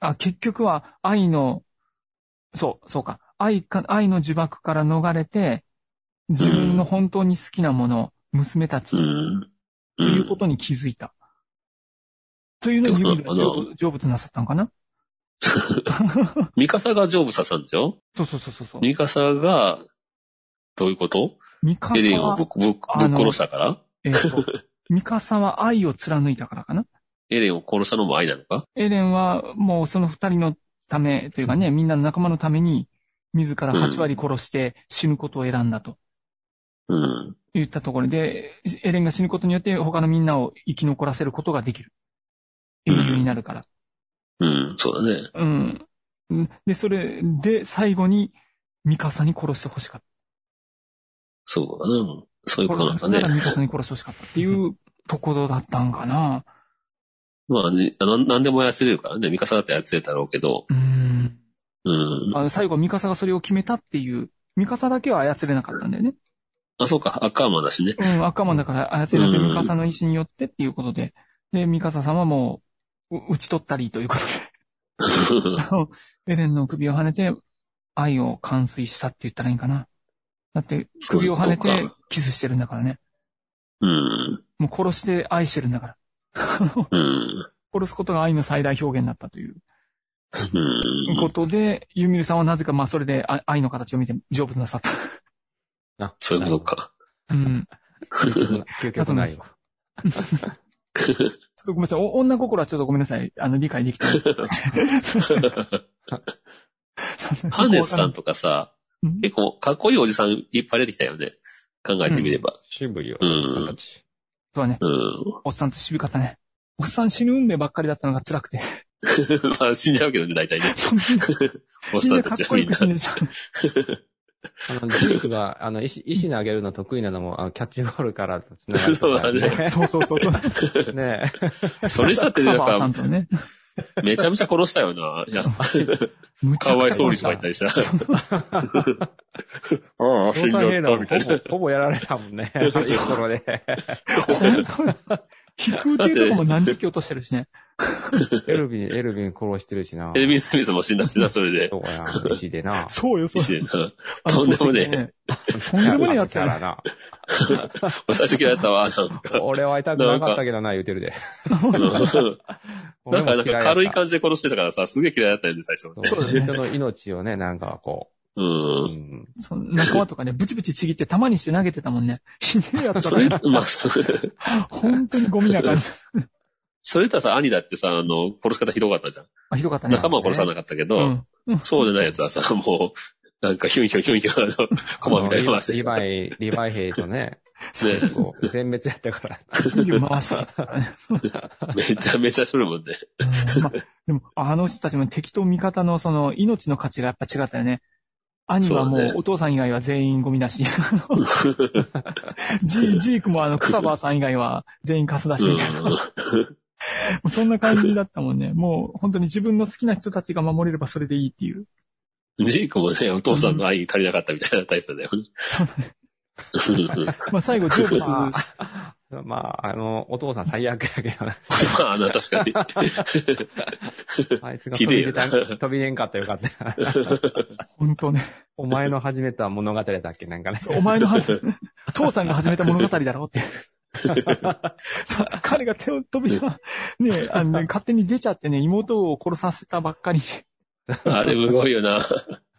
あ、結局は愛の、そう、そうか。愛か、愛の呪縛から逃れて、自分の本当に好きなもの、娘たち
う、ん。う
というこ
ん。
とに気づいた。というのを指が
ってことなのか
成成仏なさったんかな
ミカサがジョブサさんでしょ
そうそうそうそうそう。
ミカサが、どういうこと
ミカ
エ
サ
レンを
は
ぶっ、ぶっ
あの
ぶっ殺したから
えっと、ミカサは愛を貫いたからかな。
エレンを殺したのも愛なのか
エレンはもうその二人のためというかね、みんなの仲間のために、自ら8割殺して死ぬことを選んだと
うん。
言ったところで、エレンが死ぬことによって他のみんなを生き残らせることができる。英雄になるから。
うん、そうだね。
うん。で、それで最後にミカサに殺してほしかっ
そうだな。そういう
た。
こ
殺
とな
さ
ん
れ
だ
たら
ね。
ミカサに殺してほしかったっていうところだったんかな。
まあね、ななんでも操れるからね。ミカサだって操れたろうけど。
うん。
うん。
あの最後ミカサがそれを決めたっていう、ミカサだけは操れなかったんだよね。
あ、そうか。アッカーマンだしね。
うん、赤マンだから操れて、ミカサの意思によってっていうことで、で、ミカサ様もう、う打ち取ったりということ で、エレンの首を跳ねて、愛を完遂したって言ったらいいんかな。だって、 首を跳ね
そういう
て
こ
キスしてるんだからね。
うん。
もう殺して愛してるんだから。
うん。
殺すことが愛の最大表現だったという
うん。
ことで、ユミルさんはなぜかまあそれであ愛の形を見て成仏なさった。
あ、
そういうことか。
うん。
究極な いわ。
ちょっとごめんなさい。お女心はちょっとごめんなさい。あの、理解できてない。
ハネスさんとかさ、
うん
結構かっこいいおじさんいっぱい出てきたよね。考えてみれば。
渋いよ、
うん
おじさんたち。
そうだね。
うん。
おっさんとしびかったね。おっさん死ぬ運命ばっかりだったのが辛くて。
まあ死んじゃうけどね、大体ね。おっ
みん
さん
な
た
か
ち
っ
は
こ
みん
よく
な。
死んでちゃう。
あの、ジュークが、あの、石、石投げるの得意なのも、あのキャッチボールから繋が るとかね。
そうそうそうそう。
ね
それじゃってなん
草
か
葉さんとね。
めちゃめちゃ殺したよな。いや、
むち
か
ゃ
わ
く
い
ちゃ
そう
殺
に
し
とか言ったり
た。
した。ああ、
え。
死んじゃったみたいな。
ほぼ、ほぼやられたも んね。ああいうところで。
本当に。飛空艇とかも何十機落としてるしね。
エルビン、エルビン殺してるしな。
エルビン・スミスも死んだしな、それで。
そうやな、石でな。
そうよ、そう
死
よ。
んでな。
あの
とんでもねえ
宝石ねとんでもねえやつ
か
や
ら
ね。
な。
お久しぶりだったわ、なんか。
俺は痛くなかったけどな、言うてるで。
うん
俺
なん
も
か、
嫌
ないん
や
か
った
軽い感じで殺してたからさ、すげえ嫌いだったよね、最初。
そう人の命をね、なんかこ
う。
う。うんん。
その仲間とかね、ブチブチちぎって玉にして投げてたもんね。ひねえやつ
そ
だ
れ
ね。、
まあ、それ
本当にゴミな感じ。
それとはさ、兄だってさ、あの、殺し方ひどかったじゃん。
あ、ひどかったね。
仲間は殺さなかったけ
う
ど、
ん。
そうじゃないやつはさ、もう、なんかヒュンヒュンヒュンヒュン、あの、コマみたいに回して
リヴ
さ、ね。
ァイ、リヴァイ兵 とね、こう全滅やったから。
いいよ回してきたから ね。
めちゃめちゃするもんね。
うんまあでも、あの人たちも敵と味方のその命の価値がやっぱ違ったよね。兄は
そ
も
う
う
だね
お父さん以外は全員ゴミだ し、ジジークもあの草場さん以外は全員カスだしみたいな、もうそんな感じだったもんね。 もう本当に自分の好きな人たちが守れればそれでいいっていう。
うんジークもね、お父さんの愛に足りなかったみたいなタイプだよね。
まあ最後、成仏し
まあ、あの、お父さん最悪やけ どな。
まあ、な確かに。
あいつが飛び出た、
ひでえよ
飛び出んかったらよか った。
本当ね。
お前の始めた物語だっけなんか ね。
そうお前のは ず、父さんが始めた物語だろ って。そう彼が手を飛びは、ね、あのね、勝手に出ちゃってね、妹を殺させたばっかりに。
あれ、むごいよな。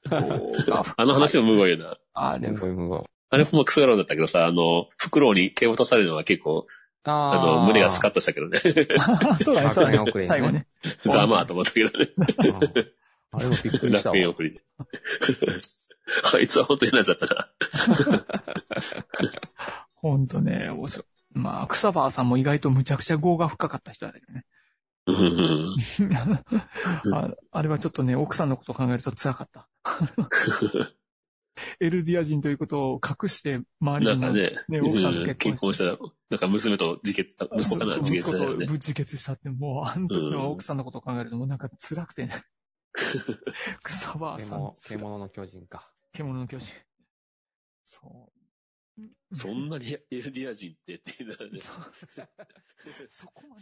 あの話もむごいよな。
あれ
無、言無言
あれもクソ野郎だったけどさ、あの、フクロウに毛を落とされるのは結構、あ
あ
の、胸がスカ
ッ
ッとしたけどね。
そうだね、そうだ
100年遅れ
ね。
ね
最後ね。
ざまあと思ったけどね。
と。あれもび っくりし
楽
たわ。
園送りで。あいつは本当に嫌なやつだったな。
ほんとね、面白い。まあ、草葉さんも意外とむちゃくちゃ業が深かった人だけどね。
うんうん
ああれはちょっとね、奥さんのことを考えると辛か った。エルディア人ということを隠して
う
周
ん
り
な
に
んかね、
ね
うん
奥さんと結
結
婚
婚
し
してたら、なんか娘と自決、あ息子かな、
そう
自
そう
決
息
し
子
た
と
よね。
ぶ自決したって、もうあの時は奥さんのことを考えるともうなんか辛くて ね。草葉さん
獣、、獣の巨人か。
獣の巨人。そう。
そんなにエルディア人ってっていうのはね。
そうそこまで。